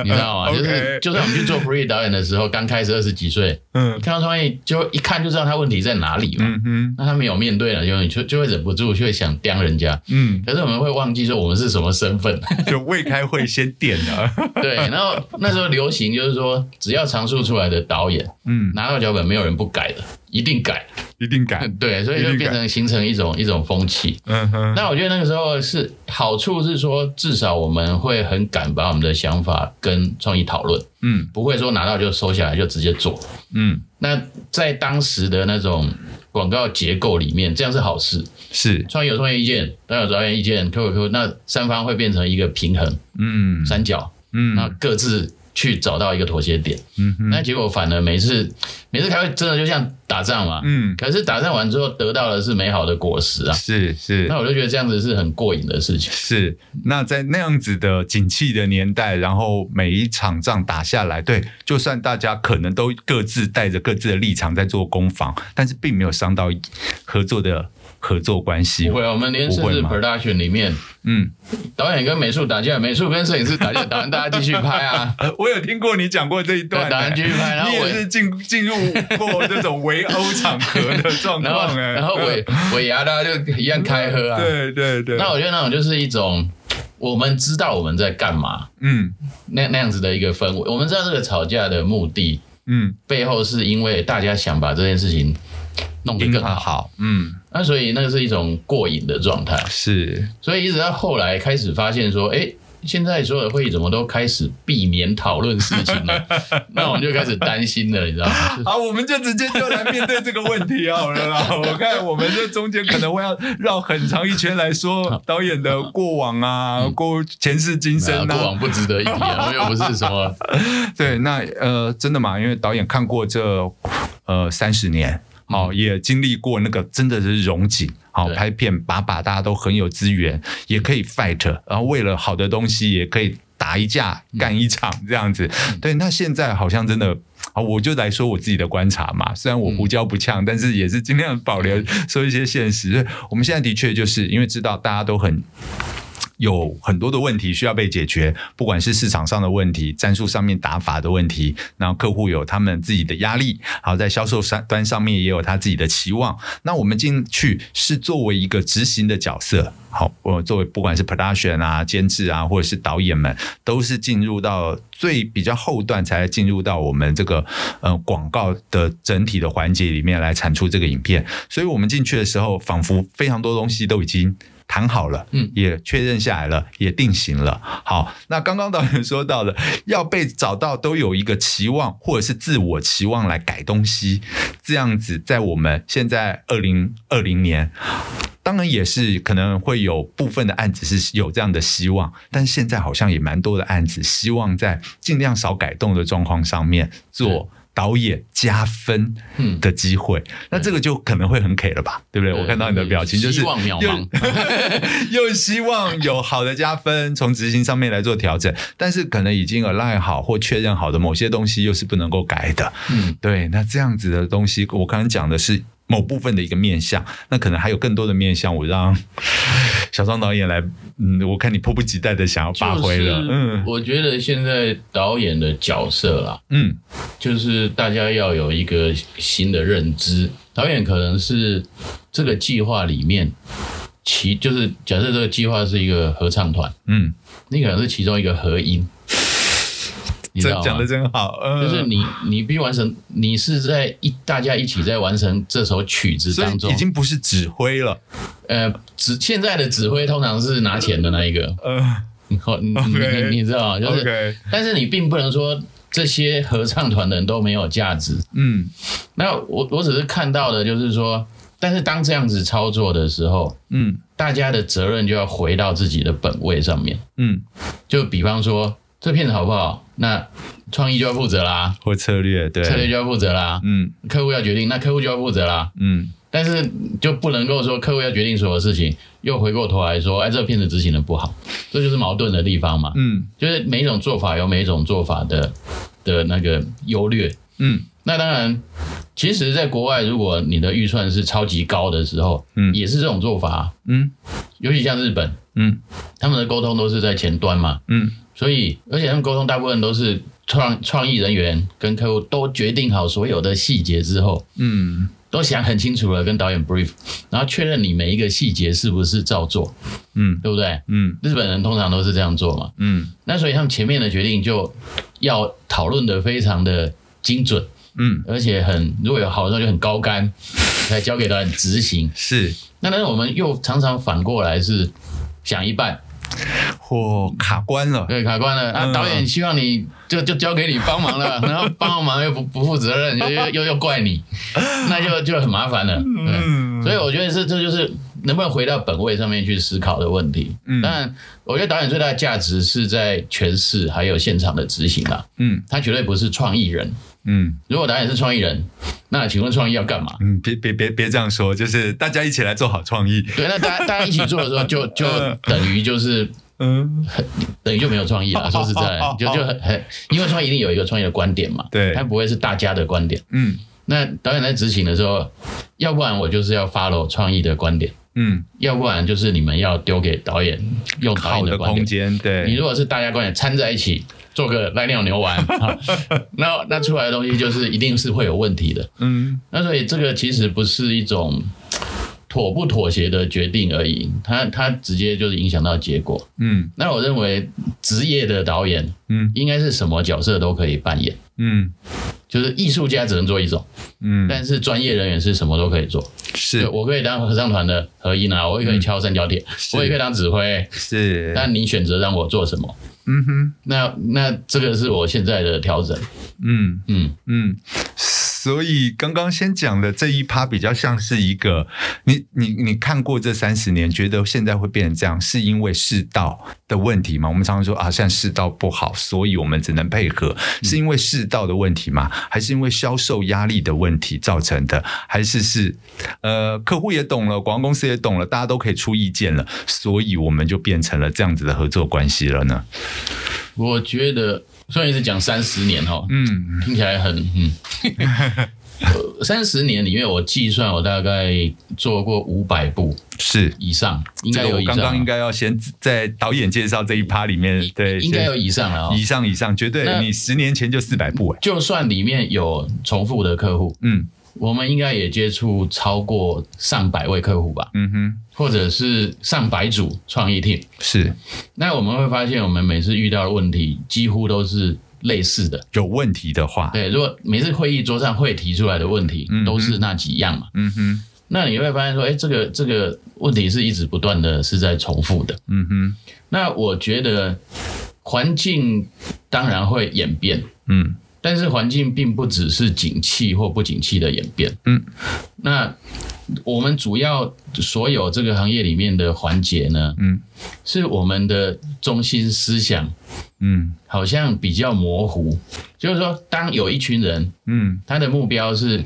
B: 你知道吗？就是
A: 呃 OK
B: 就算我们去做 free 导演的时候，刚开始二十几岁，
A: 嗯
B: 看到创意就一看就知道他问题在哪里嘛。
A: 嗯哼
B: 那他没有面对了，就就就会忍不住就会想刁人家。
A: 嗯，
B: 可是我们会忘记说我们是什么身
A: *laughs*
B: 份，
A: 就未开会先点了，
B: 对。然后那时候流行就是说，只要常数出来的导演
A: *laughs* 嗯
B: 拿到脚本，没有人不改的，一定
A: *laughs*
B: 改，
A: 一定改，
B: 对，所以
A: 一
B: 就
A: 定
B: 变
A: 改
B: 成形成一种一种风气。
A: 嗯哼，
B: 那我觉得那个时候是好处是说，至少我们会很敢把我们的想法跟创意讨论，
A: 嗯
B: 不会说拿到就收下来就直接做。
A: 嗯，
B: 那在当时的那种广告结构里面，这样是好事。
A: 是，
B: 创意有创业意见，导演有导演意见，Q 有 Q，那三方会变成一个平衡
A: 嗯
B: 三角，
A: 嗯
B: 那各自去找到一个妥协点。嗯，那结果反而每次每次开会真的就像打仗嘛，
A: 嗯，
B: 可是打仗完之后得到的是美好的果实啊。
A: 是是
B: 那我就觉得这样子是很过瘾的事情。
A: 是，那在那样子的景气的年代，然后每一场仗打下来，对，就算大家可能都各自带着各自的立场在做攻防，但是并没有伤到合作的合作关系
B: 不。会，我们连甚
A: 不会
B: 至
A: 吗
B: production 里面，
A: 嗯，
B: 导演跟美术打架，美术跟摄影师打架，导演大家继续拍
A: *laughs*
B: 啊。
A: 呃我有听过你讲过这一段、欸
B: 对当然继续拍然后
A: 啊你
B: 我
A: 也是进进入过这种围殴场合
B: *laughs*
A: 的状
B: 然后，
A: 况、哎，
B: 然后尾尾牙大家就一样开喝啊。
A: 对对对，
B: 那我觉得那种就是一种我们知道我们在干嘛，
A: 嗯
B: 那那样子的一个氛围。我们知道这个吵架的目的
A: 嗯，
B: 背后是因为大家想把这件事情弄得
A: 应该
B: 更好，
A: 好，嗯，
B: 那所以那个是一种过瘾的状态。
A: 是，
B: 所以一直到后来开始发现说，哎。现在所有的会议怎么都开始避免讨论事情
A: *laughs*
B: 了？那我们就开始担心了，你知道吗？
A: 好，我们就直接就来面对这个问题好了啦。我看我们这中间可能会要绕很长一圈来说导演的过往啊，过前世今
B: 啊
A: 生
B: 嗯过
A: 啊。
B: 往不值得一提啊，我又不是什么
A: 对，那呃，真的嘛，因为导演看过这呃三十年，好、也经历过那个真的是荣景。好，
B: 对
A: 拍片把把大家都很有资源，也可以 fight，然后为了好的东西也可以打一架、干一场这样子。对，那现在好像真的啊，我就来说我自己的观察嘛。虽然我胡椒不呛，但是也是尽量保留说一些现实。所以我们现在的确就是因为知道大家都很。有很多的问题需要被解决，不管是市场上的问题、战术上面打法的问题，然后客户有他们自己的压力，好在销售上端上面也有他自己的期望。那我们进去是作为一个执行的角色，好，我作为不管是 production 啊、监制啊，或者是导演们，都是进入到最比较后段才进入到我们这个呃广告的整体的环节里面来产出这个影片。所以我们进去的时候，仿佛非常多东西都已经。谈好了，
B: 嗯
A: 也确认下来了，也定型了。好，那刚刚导演说到的， *laughs* 要被找到都有一个期望，或者是自我期望来改东西，这样子在我们现在二零二零年。当然也是可能会有部分的案子是有这样的希望，但是现在好像也蛮多的案子，希望在尽量少改动的状况上面做导演加分
B: 嗯
A: 的机会。那这个就可能会很 K 了吧， *laughs* 对不对？
B: 对嗯
A: 我看到你的表情就是
B: 希望渺茫
A: 又又希望有好的加分，从执行上面来做调整，但是可能已经 align 好或确认好的某些东西又是不能够改的。
B: 嗯
A: 对，那这样子的东西，我刚刚讲的是某部分的一个面向，那可能还有更多的面向，我让小张导演来，嗯，我看你迫不及待的想要发挥了，
B: 就是
A: 嗯
B: 我觉得现在导演的角色啦，
A: 嗯
B: 就是大家要有一个新的认知，导演可能是这个计划里面其就是假设这个计划是一个合唱团，
A: 嗯，
B: 你可能是其中一个
A: *laughs*
B: 合音，你知
A: 真
B: 道
A: 讲
B: 吗
A: 的？真好，嗯，
B: 就是你，你必须完成，你是在一大家一起在完成这首曲子
A: 所
B: 当
A: 以
B: 中
A: 已，经不是指挥了，
B: 呃，指现在的指挥通常是拿钱的那一个，
A: 呃
B: 你你
A: *laughs*
B: 你
A: OK
B: 你知道吗？就是
A: ，OK，
B: 但是你并不能说这些合唱团的人都没有价值。
A: 嗯
B: 那我我只是看到的，就是说，但是当这样子操作的时候，
A: 嗯
B: 大家的责任就要回到自己的本位上面。
A: 嗯，
B: 就比方说，这片子好不好？那创意就要负责啦，
A: 或策略，对，
B: 策略就要负责啦，
A: 嗯
B: 客户要决定，那客户就要负责啦。
A: 嗯
B: 但是就不能够说客户要决定所有事情，又回过头来说，哎，这个片子执行的不好，这就是矛盾的地方嘛。
A: 嗯
B: 就是每一种做法有每一种做法的的那个优劣。
A: 嗯
B: 那当然，其实，在国外，如果你的预算是超级高的时候，
A: 嗯
B: 也是这种做法啊、
A: 嗯
B: 尤其像日本，
A: 嗯
B: 他们的沟通都是在前端嘛，
A: 嗯
B: 所以而且他们沟通大部分都是创创意人员跟客户都决定好所有的细节之后，
A: 嗯
B: 都想很清楚了跟导演 brief，然后确认你每一个细节是不是照做，
A: 嗯
B: 对不对？
A: 嗯
B: 日本人通常都是这样做嘛，
A: 嗯
B: 那所以他们前面的决定就要讨论的非常的精准，
A: 嗯，
B: 而且很如果有好的时候就很高干，才交给他执行。
A: 是
B: 那但是我们又常常反过来是想一半，
A: 或卡关了，
B: 对，卡关了啊！
A: 嗯
B: 导演希望你就就交给你帮
A: *laughs*
B: 忙了，然后帮忙又不不负责任，又又又又怪你，那就就很麻烦了。嗯，所以我觉得这这就是能不能回到本位上面去思考的问题。嗯，当然，我觉得导演最大的价值是在诠释还有现场的执行啊，
A: 嗯
B: 他绝对不是创意人。
A: 嗯
B: 如果导演是创意人，那请问创意要干嘛？
A: 嗯，别别别别这样说，就是大家一起来做好创意，
B: 对，那大家大家一起做的时
A: *laughs*
B: 候就，就等于就是
A: 嗯，
B: 等于就没有创意了。说
A: *laughs*
B: 实在，就就很很，因为创意一定有一个创意的观点嘛，
A: 对
B: 它不会是大家的观点。
A: 嗯
B: 那导演在执行的时候，要不然我就是要 follow 创意的观点，
A: 嗯，
B: 要不然就是你们要丢给导演用导
A: 好
B: 演
A: 的
B: 观
A: 空
B: 点。
A: 间，
B: 你
A: 对，
B: 如果是大家观点掺在一起做个赖尿牛丸， *laughs* 哈那那出来的东西就是一定是会有问题的。
A: 嗯
B: 那所以这个其实不是一种妥不妥协的决定而已，它它直接就是影响到结果。
A: 嗯
B: 那我认为职业的导演
A: 嗯
B: 应该是什么角色都可以扮演，
A: 嗯
B: 就是艺术家只能做一种，
A: 嗯，
B: 但是专业人员是什么都可以做。
A: 是
B: 对我可以当合唱团的合音啊，我也可以敲三角铁，我也可以当指挥。
A: 嗯是，
B: 但你选择让我做什么？
A: 嗯哼，
B: 那那这个是我现在的调整。
A: 嗯。
B: 嗯，
A: 嗯，所以刚刚先讲的这一趴比较像是一个，你你你看过这三十年，觉得现在会变成这样，是因为世道的问题吗？我们常常说啊，现在世道不好，所以我们只能配合，是因为世道的问题吗？还是因为销售压力的问题造成的？还是是呃，客户也懂了，广告公司也懂了，大家都可以出意见了，所以我们就变成了这样子的合作关系了呢？
B: 我觉得虽然一直讲三十年哈，
A: 嗯
B: 听起来很
A: *laughs*
B: 嗯。三十年里面，我计算我大概做过五百部
A: 是。
B: 以上，应
A: 这
B: 该
A: 个
B: 有
A: 我
B: 以
A: 刚
B: 上啊，
A: 刚应该要先在导演介绍这一趴里面，对，
B: 应该
A: 先
B: 有以上了啊。
A: 以上以上，绝对
B: 那
A: 你十年前就四百部哎，
B: 就算里面有重复的客户，
A: 嗯
B: 我们应该也接触超过上百位客户吧，
A: 嗯哼，
B: 或者是上百组创意 team。
A: 是
B: 那我们会发现，我们每次遇到的问题几乎都是类似的。
A: 有问题的话，
B: 对，哎如果每次会议桌上会提出来的问题
A: 嗯哼
B: 都是那几样嘛，
A: 嗯哼
B: 那你会发现说，哎，这个这个问题是一直不断的是在重复的。
A: 嗯哼
B: 那我觉得环境当然会演变，
A: 嗯
B: 但是环境并不只是景气或不景气的演变。
A: 嗯，
B: 那我们主要所有这个行业里面的环节呢，
A: 嗯，
B: 是我们的中心思想
A: 嗯
B: 好像比较模糊，就是说，当有一群人
A: 嗯
B: 他的目标是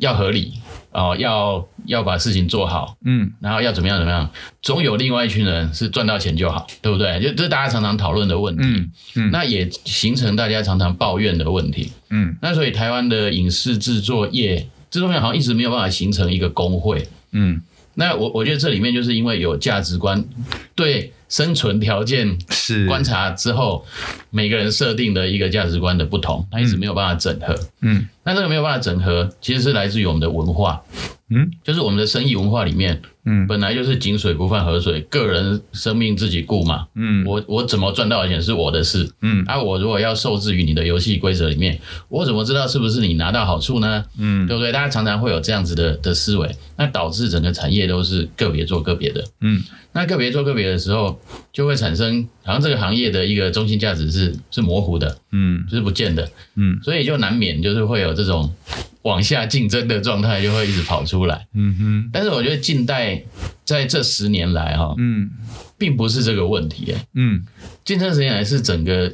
B: 要合理哦，要要把事情做好，
A: 嗯
B: 然后要怎么样怎么样，总有另外一群人是赚到钱就好，对不对？就这是大家常常讨论的问题，
A: 嗯嗯
B: 那也形成大家常常抱怨的问题。
A: 嗯
B: 那所以台湾的影视制作业，制作业好像一直没有办法形成一个工会。
A: 嗯，
B: 那我我觉得这里面就是因为有价值观对生存条件
A: 是
B: 观察之后，每个人设定的一个价值观的不同，它一直没有办法整合。
A: 嗯
B: 那这个没有办法整合，其实是来自于我们的文化，
A: 嗯
B: 就是我们的生意文化里面
A: 嗯
B: 本来就是井水不犯河水，个人生命自己顾嘛。
A: 嗯
B: 我我怎么赚到的钱是我的事，
A: 嗯
B: 啊，我如果要受制于你的游戏规则里面，我怎么知道是不是你拿到好处呢？
A: 嗯
B: 对不对？大家常常会有这样子的的思维，那导致整个产业都是个别做个别的。
A: 嗯
B: 那个别做个别的时候，就会产生好像这个行业的一个中心价值是是模糊的，
A: 嗯
B: 是不见的，
A: 嗯
B: 所以就难免就是会有这种往下竞争的状态，就会一直跑出来。
A: 嗯哼
B: 但是我觉得近代在这十年来哈、
A: 嗯
B: 并不是这个问题、欸，
A: 嗯
B: 竞争十年来是整个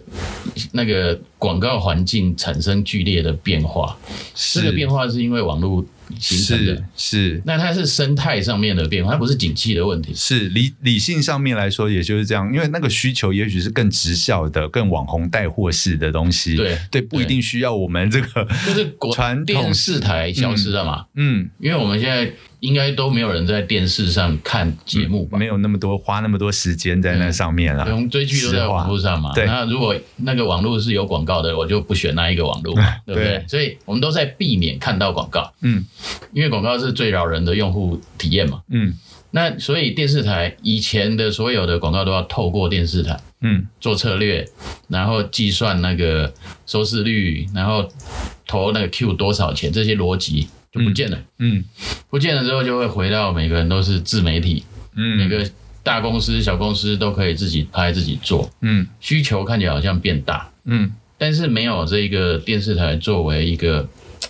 B: 那个广告环境产生剧烈的变化，
A: 是
B: 这个变化是因为网络形成的
A: 是。是。
B: 那它是生态上面的变化，它不是景气的问题。
A: 是理理性上面来说，也就是这样，因为那个需求也许是更直效的、更网红带货式的东西，
B: 对
A: 对，不一定需要我们这个，
B: 就是国
A: 传统
B: 电视台消失了嘛？
A: *laughs* 嗯，
B: 因为我们现在应该都没有人在电视上看节目
A: 嗯
B: 吧？
A: 没有那么多花那么多时间在那上面
B: 我
A: 了。
B: 们追剧都在网络上嘛
A: 实话。对
B: 那如果那个网络是有广告的，我就不选那一个网
A: *laughs*
B: 络嘛，对不对？
A: 对
B: 所以我们都在避免看到广告，
A: 嗯
B: 因为广告是最扰人的用户体验嘛。
A: 嗯
B: 那所以电视台以前的所有的广告都要透过电视台
A: 嗯
B: 做策略，然后计算那个收视率，然后投那个 Q 多少钱，这些逻辑就不见了。
A: 嗯
B: 不见了之后，就会回到每个人都是自媒体，每
A: 嗯
B: 个大公司、小公司都可以自己拍、自己做，
A: 嗯
B: 需求看起来好像变大，
A: 嗯
B: 但是没有这个电视台作为一个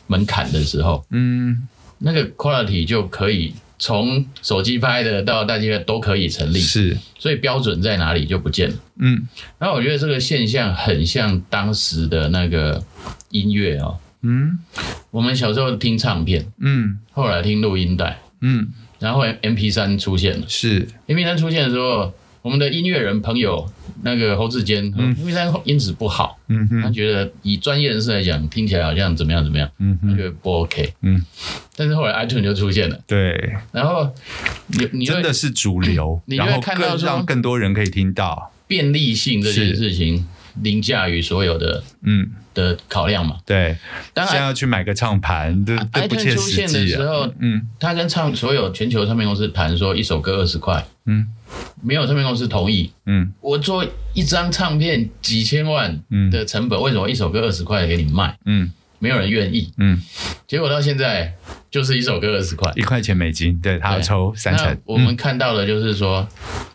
B: 门槛的时候，
A: 嗯，
B: 那个 quality 就可以从手机拍的到大家都可以成立，
A: 是，
B: 所以标准在哪里就不见了。
A: 嗯
B: 然后我觉得这个现象很像当时的那个音乐哦，
A: 嗯
B: 我们小时候听唱片，
A: 嗯
B: 后来听录音带，
A: 嗯，
B: 然后 M P 三出现了。
A: 是，
B: M P 三出现的时候，我们的音乐人朋友那个侯志坚，M P 三音质不好，
A: 嗯
B: 他
A: 哼，
B: 觉得以专业人士来讲，听起来好像怎么样怎么样，
A: 嗯
B: 他
A: 哼，
B: 觉得不 OK。
A: 嗯，
B: 但是后来 iTune 就出现了，
A: 对，
B: 然后你你
A: 真
B: 会
A: 的是主流，
B: *coughs* 你
A: 然
B: 就会
A: 后
B: 看到
A: 更
B: 说
A: 让更多人可以听到，
B: 便利性这件
A: 是
B: 事情凌驾于所有的
A: 嗯，
B: 的考量嘛。
A: 对，
B: 当
A: 现在
B: 然
A: 要去买个唱盘，都都不
B: iTunes
A: 切
B: 出
A: 实
B: 现的
A: 际
B: 时
A: 啊，
B: 候，
A: 嗯
B: 他跟唱所有全球唱片公司谈说一首歌二十块，
A: 嗯
B: 没有唱片公司同意。
A: 嗯
B: 我做一张唱片几千万
A: 嗯
B: 的成本，为什么一首歌二十块给你卖？
A: 嗯
B: 没有人愿意。
A: 嗯，
B: 结果到现在就是一首歌二十块。
A: 一块钱美金，对他要
B: 对
A: 抽三成
B: 那，我们看到的就是说，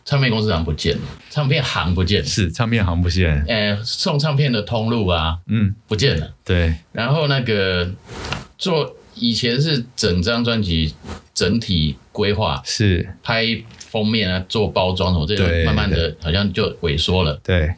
B: 唱片公司行不见了，唱片行不见了，
A: 是唱片行不限，
B: 呃，送唱片的通路啊
A: 嗯，
B: 不见了。
A: 对，
B: 然后那个做以前是整张专辑整体规划，
A: 是，
B: 拍封面啊，做包装什么，这
A: 对
B: 些慢慢的好像就萎缩了。
A: 对，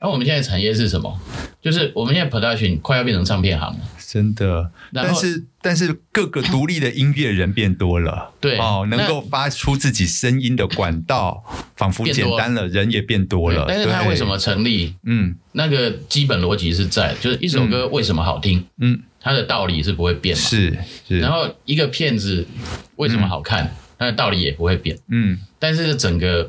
B: 那我们现在产业是什么？就是我们现在 production 快要变成唱片行了，
A: 真的，
B: 然
A: 但
B: 后
A: 是但是各个独立的音乐人变多了，
B: *coughs* 对
A: 哦，
B: 那
A: 能够发出自己声音的管道仿佛
B: 变
A: 简
B: 多
A: 单了，人也变多了。
B: 但是它
A: 对
B: 为什？么成立？
A: 嗯
B: 那个基本逻辑是在，就是一首歌为什么好听，
A: 嗯，
B: 它的道理是不会变嘛。
A: 是是，
B: 然后一个片子为什么好看，它的道理也不会变。
A: 嗯
B: 但是整个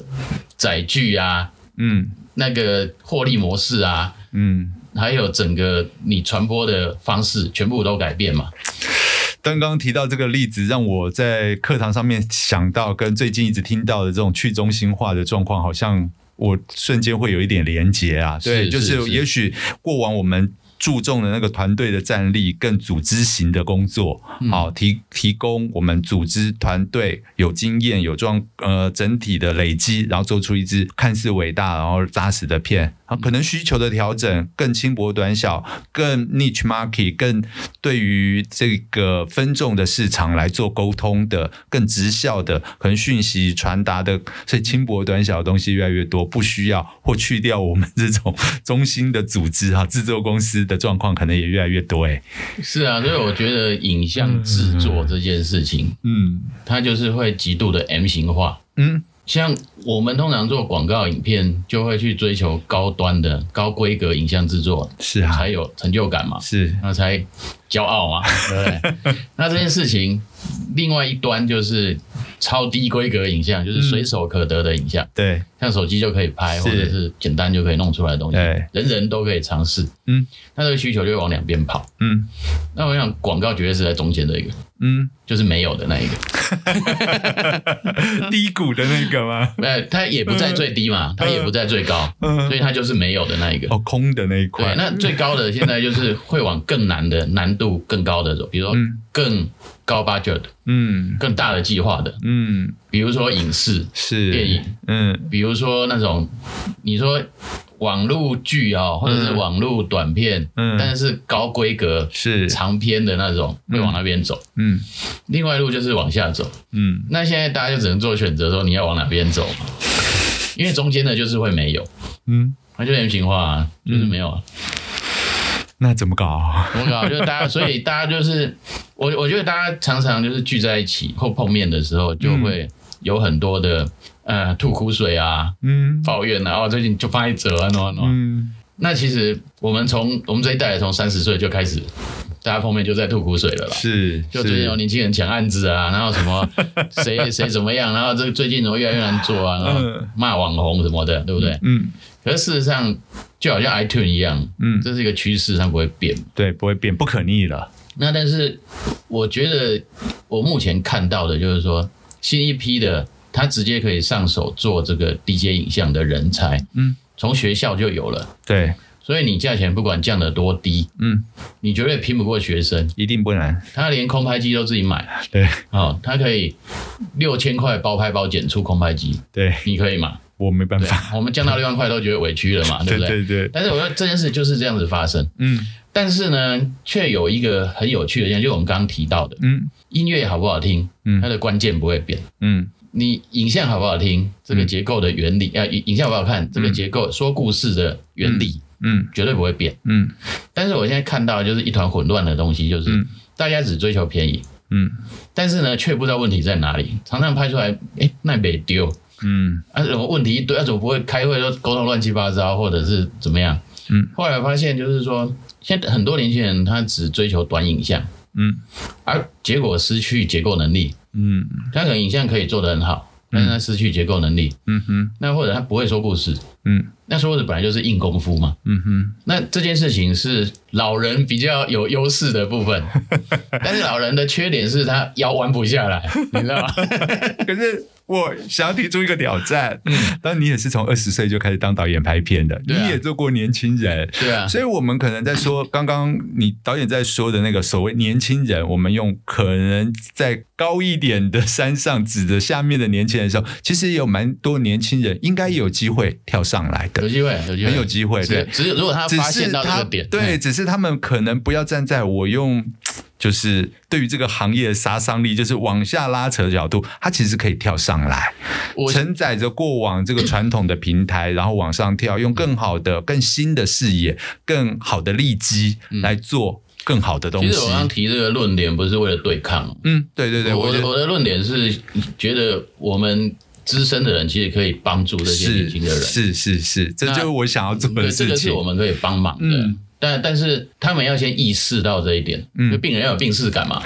B: 载具啊，
A: 嗯
B: 那个获利模式啊，
A: 嗯，
B: 还有整个你传播的方式，全部都改变嘛。
A: 刚刚提到这个例子，让我在课堂上面想到跟最近一直听到的这种去中心化的状况，好像我瞬间会有一点连结啊。对，
B: 是
A: 就是是
B: 是
A: 也许过往我们。注重的那个团队的战力，更组织型的工作，好、提提供我们组织团队有经验、有状呃整体的累积，然后做出一支看似伟大然后扎实的片，啊，可能需求的调整更轻薄短小，更 niche market，更对于这个分众的市场来做沟通的，更直效的，可能讯息传达的，所以轻薄短小的东西越来越多，不需要或去掉我们这种 *laughs* 中心的组织啊哈，制作公司的状况可能也越来越多哎、
B: 是啊，所以我觉得影像制作这件事情，
A: 嗯
B: 它就是会极度的 M 型化。
A: 嗯
B: 像我们通常做广告影片，就会去追求高端的、高规格影像制作，
A: 是啊
B: 才有成就感嘛。
A: 是
B: 那才骄傲嘛，对不
A: *laughs*
B: 对？那这件事情，另外一端就是超低规格影像，就是随手可得的影像，
A: 对
B: 像手机就可以拍，
A: 嗯是
B: 或者是简单就可以弄出来的东西，
A: 对
B: 人人都可以尝试。
A: 嗯，
B: 那这个需求就会往两边跑。
A: 嗯
B: 那我想广告绝对是在中间的一个，
A: 嗯，
B: 就是没有的
A: *laughs*
B: 那一个。
A: 低谷的那个吗？
B: 呃，它也不在最低嘛，它也不在最高，
A: 嗯
B: 所以它就是没有的那一个。
A: 哦，空的那一
B: 对，
A: 块，
B: 那最高的现在就是会往更难的、难度更高的走，比如说
A: 嗯
B: 更高 budget 的、
A: 嗯
B: 更大的计划的，
A: 嗯
B: 比如说影视，
A: 是
B: 电影
A: 嗯
B: 比如说那种你说网络剧啊、或者是
A: 嗯
B: 网络短片，
A: 嗯
B: 但是高规格
A: 是
B: 长篇的那种会往那边走。
A: 嗯
B: 另外一路就是往下走。
A: 嗯
B: 那现在大家就只能做选择，说你要往哪边走嘛，因为中间的就是会没有，
A: 嗯，
B: 那就 M 型化、啊，就是没有、啊。
A: 那怎么搞？啊
B: 怎么搞？就是大家，所以大家就是我，我觉得大家常常就是聚在一起或碰面的时候，
A: 嗯
B: 就会有很多的呃吐苦水啊，
A: 嗯
B: 抱怨啊，哦，最近就拍折啊，喏喏。喏
A: 嗯
B: 那其实我们从我们这一代从三十岁就开始，大家碰面就在吐苦水了啦。
A: 是
B: 就最近有
A: 是
B: 年轻人抢案子啊，然后什
A: *laughs*
B: 么谁谁怎么样，然后这个最近怎么越来越难做啊，然后
A: 嗯
B: 骂网红什么的，对不对？
A: 嗯
B: 可是事实上，就好像 iTune 一样，
A: 嗯
B: 这是一个趋势，它不会变。
A: 对，不会变，不可逆了。
B: 那但是我觉得我目前看到的就是说，新一批的他直接可以上手做这个 DJ 影像的人才，
A: 嗯，
B: 从学校就有了，
A: 对，
B: 所以你价钱不管降得多低，
A: 嗯，
B: 你绝对拼不过学生，
A: 一定不难，
B: 他连空拍机都自己买，
A: 对
B: 哦，他可以六千块包拍包剪出空拍机，
A: 对，
B: 你可以吗？
A: 我没办
B: 对
A: 法，，
B: 我们降到六万块都觉得委屈
A: *laughs*
B: 了嘛，
A: 对
B: 对不
A: 对
B: 对？
A: 对，
B: 但是我说这件事就是这样子发生，
A: 嗯
B: 但是呢，却有一个很有趣的现象，就是我们刚刚提到的，
A: 嗯
B: 音乐好不好听，
A: 嗯
B: 它的关键不会变。
A: 嗯
B: 你影像好不好听，这个结构的原理，呃，影影像好不好看，这个结构说故事的原理
A: 嗯
B: 绝对不会变。
A: 嗯
B: 但是我现在看到的就是一团混乱的东西，就是
A: 嗯
B: 大家只追求便宜，
A: 嗯
B: 但是呢，却不知道问题在哪里，常常拍出来，哎，那没丢
A: 嗯
B: 啊，什么问题一堆，啊，怎么不会开会都沟通乱七八糟，或者是怎么样？
A: 嗯，
B: 后来发现就是说，现在很多年轻人他只追求短影像，
A: 嗯
B: 而结果失去结构能力，
A: 嗯
B: 他可能影像可以做得很好，但是他失去结构能力，
A: 嗯哼
B: 那或者他不会说故事，
A: 嗯
B: 那说的本来就是硬功夫嘛。
A: 嗯哼
B: 那这件事情是老人比较有优势的部
A: *laughs*
B: 分，但是老人的缺点是他腰弯不下来，你知道
A: *laughs*
B: 吗？
A: 可是我想要提出一个挑战，当然你也是从二十岁就开始当导演拍片的，你
B: 对啊
A: 也做过年轻人，
B: 对啊，
A: 所以我们可能在说，刚刚你导演在说的那个所谓年轻人，我们用可能在高一点的山上指着下面的年轻人的时候，其实也有蛮多年轻人应该也有机会跳上来
B: 有
A: 的。
B: 机会，有机会，
A: 很有机会
B: 只
A: 对
B: 只有如果他
A: 只
B: 发
A: 是
B: 现到这
A: 他
B: 个点，
A: 对，
B: 嗯
A: 只是他们可能不要站在我用，就是对于这个行业的杀伤力，就是往下拉扯的角度，他其实可以跳上来。
B: 我
A: 承载着过往
B: *clears throat*
A: 这个传统的平台，然后往上跳，用更好的、更新的视野、更好的利基来做更好的东
B: 嗯其
A: 西
B: 实我。刚刚提这个论点不是为了对抗，
A: 嗯，对对对，我
B: 我
A: 觉
B: 的
A: 得
B: 我的论点是觉得我们资深的人其实可以帮助这些年
A: 是
B: 轻的人，
A: 是是是，这就是我想要做的
B: 对，这
A: 事
B: 个是
A: 情
B: 我。们可以帮忙的。
A: 嗯
B: 但但是他们要先意识到这一点，
A: 嗯
B: 就病人要有病视
A: *laughs*
B: 感嘛，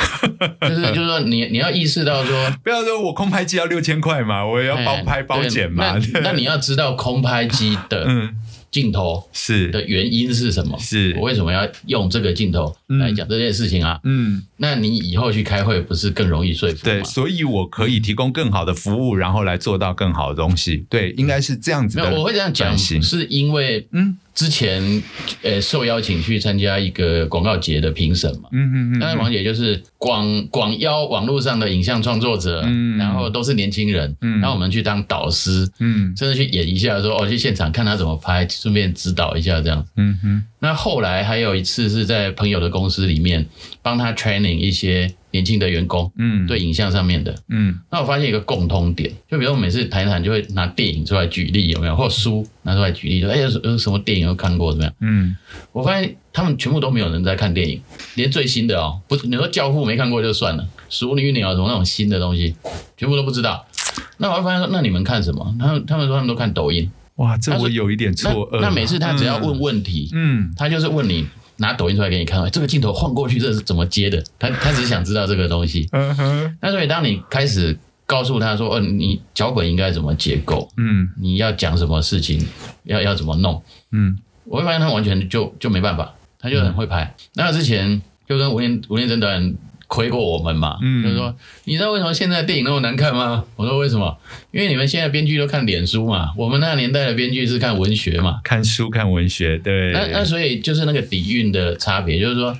B: 就是就是说你你要意识到说
A: 不要说我空拍机要六千块嘛，我也要包
B: 哎
A: 拍包
B: 对
A: 剪嘛。 *laughs*
B: 那那你要知道空拍机的
A: 嗯，
B: 镜头
A: 是
B: 的原因是什么？
A: 是
B: 我为什么要用这个镜头来讲这件事情啊？
A: 嗯，
B: 那你以后去开会不是更容易说服
A: 对，
B: 吗？
A: 所以我可以提供更好的服务，然后来做到更好的东西。对，应该是这样子
B: 没
A: 的。
B: 有，我会这样讲，
A: 转型
B: 是因为
A: 嗯
B: 之前呃受邀请去参加一个广告节的评审嘛。
A: 嗯嗯
B: 当然，
A: 嗯
B: 王姐就是广广邀网络上的影像创作者，
A: 嗯
B: 然后都是年轻人，
A: 嗯
B: 然后我们去当导师，
A: 嗯
B: 甚至去演一下说，哦，去现场看他怎么拍，顺便指导一下这样。
A: 嗯嗯
B: 那后来还有一次是在朋友的公司里面帮他 training 一些年轻的员工，
A: 嗯，
B: 对影像上面的。
A: 嗯
B: 那我发现一个共通点，就比如我每次谈一谈，就会拿电影出来举例，有没有？或书拿出来举例，说哎有有什么电影有看过怎么样？
A: 嗯
B: 我发现他们全部都没有人在看电影，连最新的哦，不是你说《教父》没看过就算了，《熟女鸟》什么那种新的东西，全部都不知道。那我还发现说，那你们看什么？他们他们说他们都看抖音。
A: 哇，这
B: 他
A: 我
B: 说
A: 有一点
B: 那
A: 错愕。
B: 那每次他只要问问题，
A: 嗯，
B: 他就是问你拿抖音出来给你看，哎这个镜头晃过去这是怎么接的？他他只想知道这个东西。
A: 嗯哼，
B: 那所以当你开始告诉他说，嗯、你脚本应该怎么结构，
A: 嗯
B: 你要讲什么事情，要要怎么弄，
A: 嗯
B: 我会发现他完全就就没办法，他就很会拍。
A: 嗯
B: 那之前就跟吴念吴念真导演亏过我们嘛，
A: 嗯
B: 就是说你知道为什么现在电影那么难看吗？我说为什么？因为你们现在编剧都看脸书嘛，我们那个年代的编剧是看文学嘛。
A: 看书看文学，对，
B: 那那所以就是那个底蕴的差别，就是说，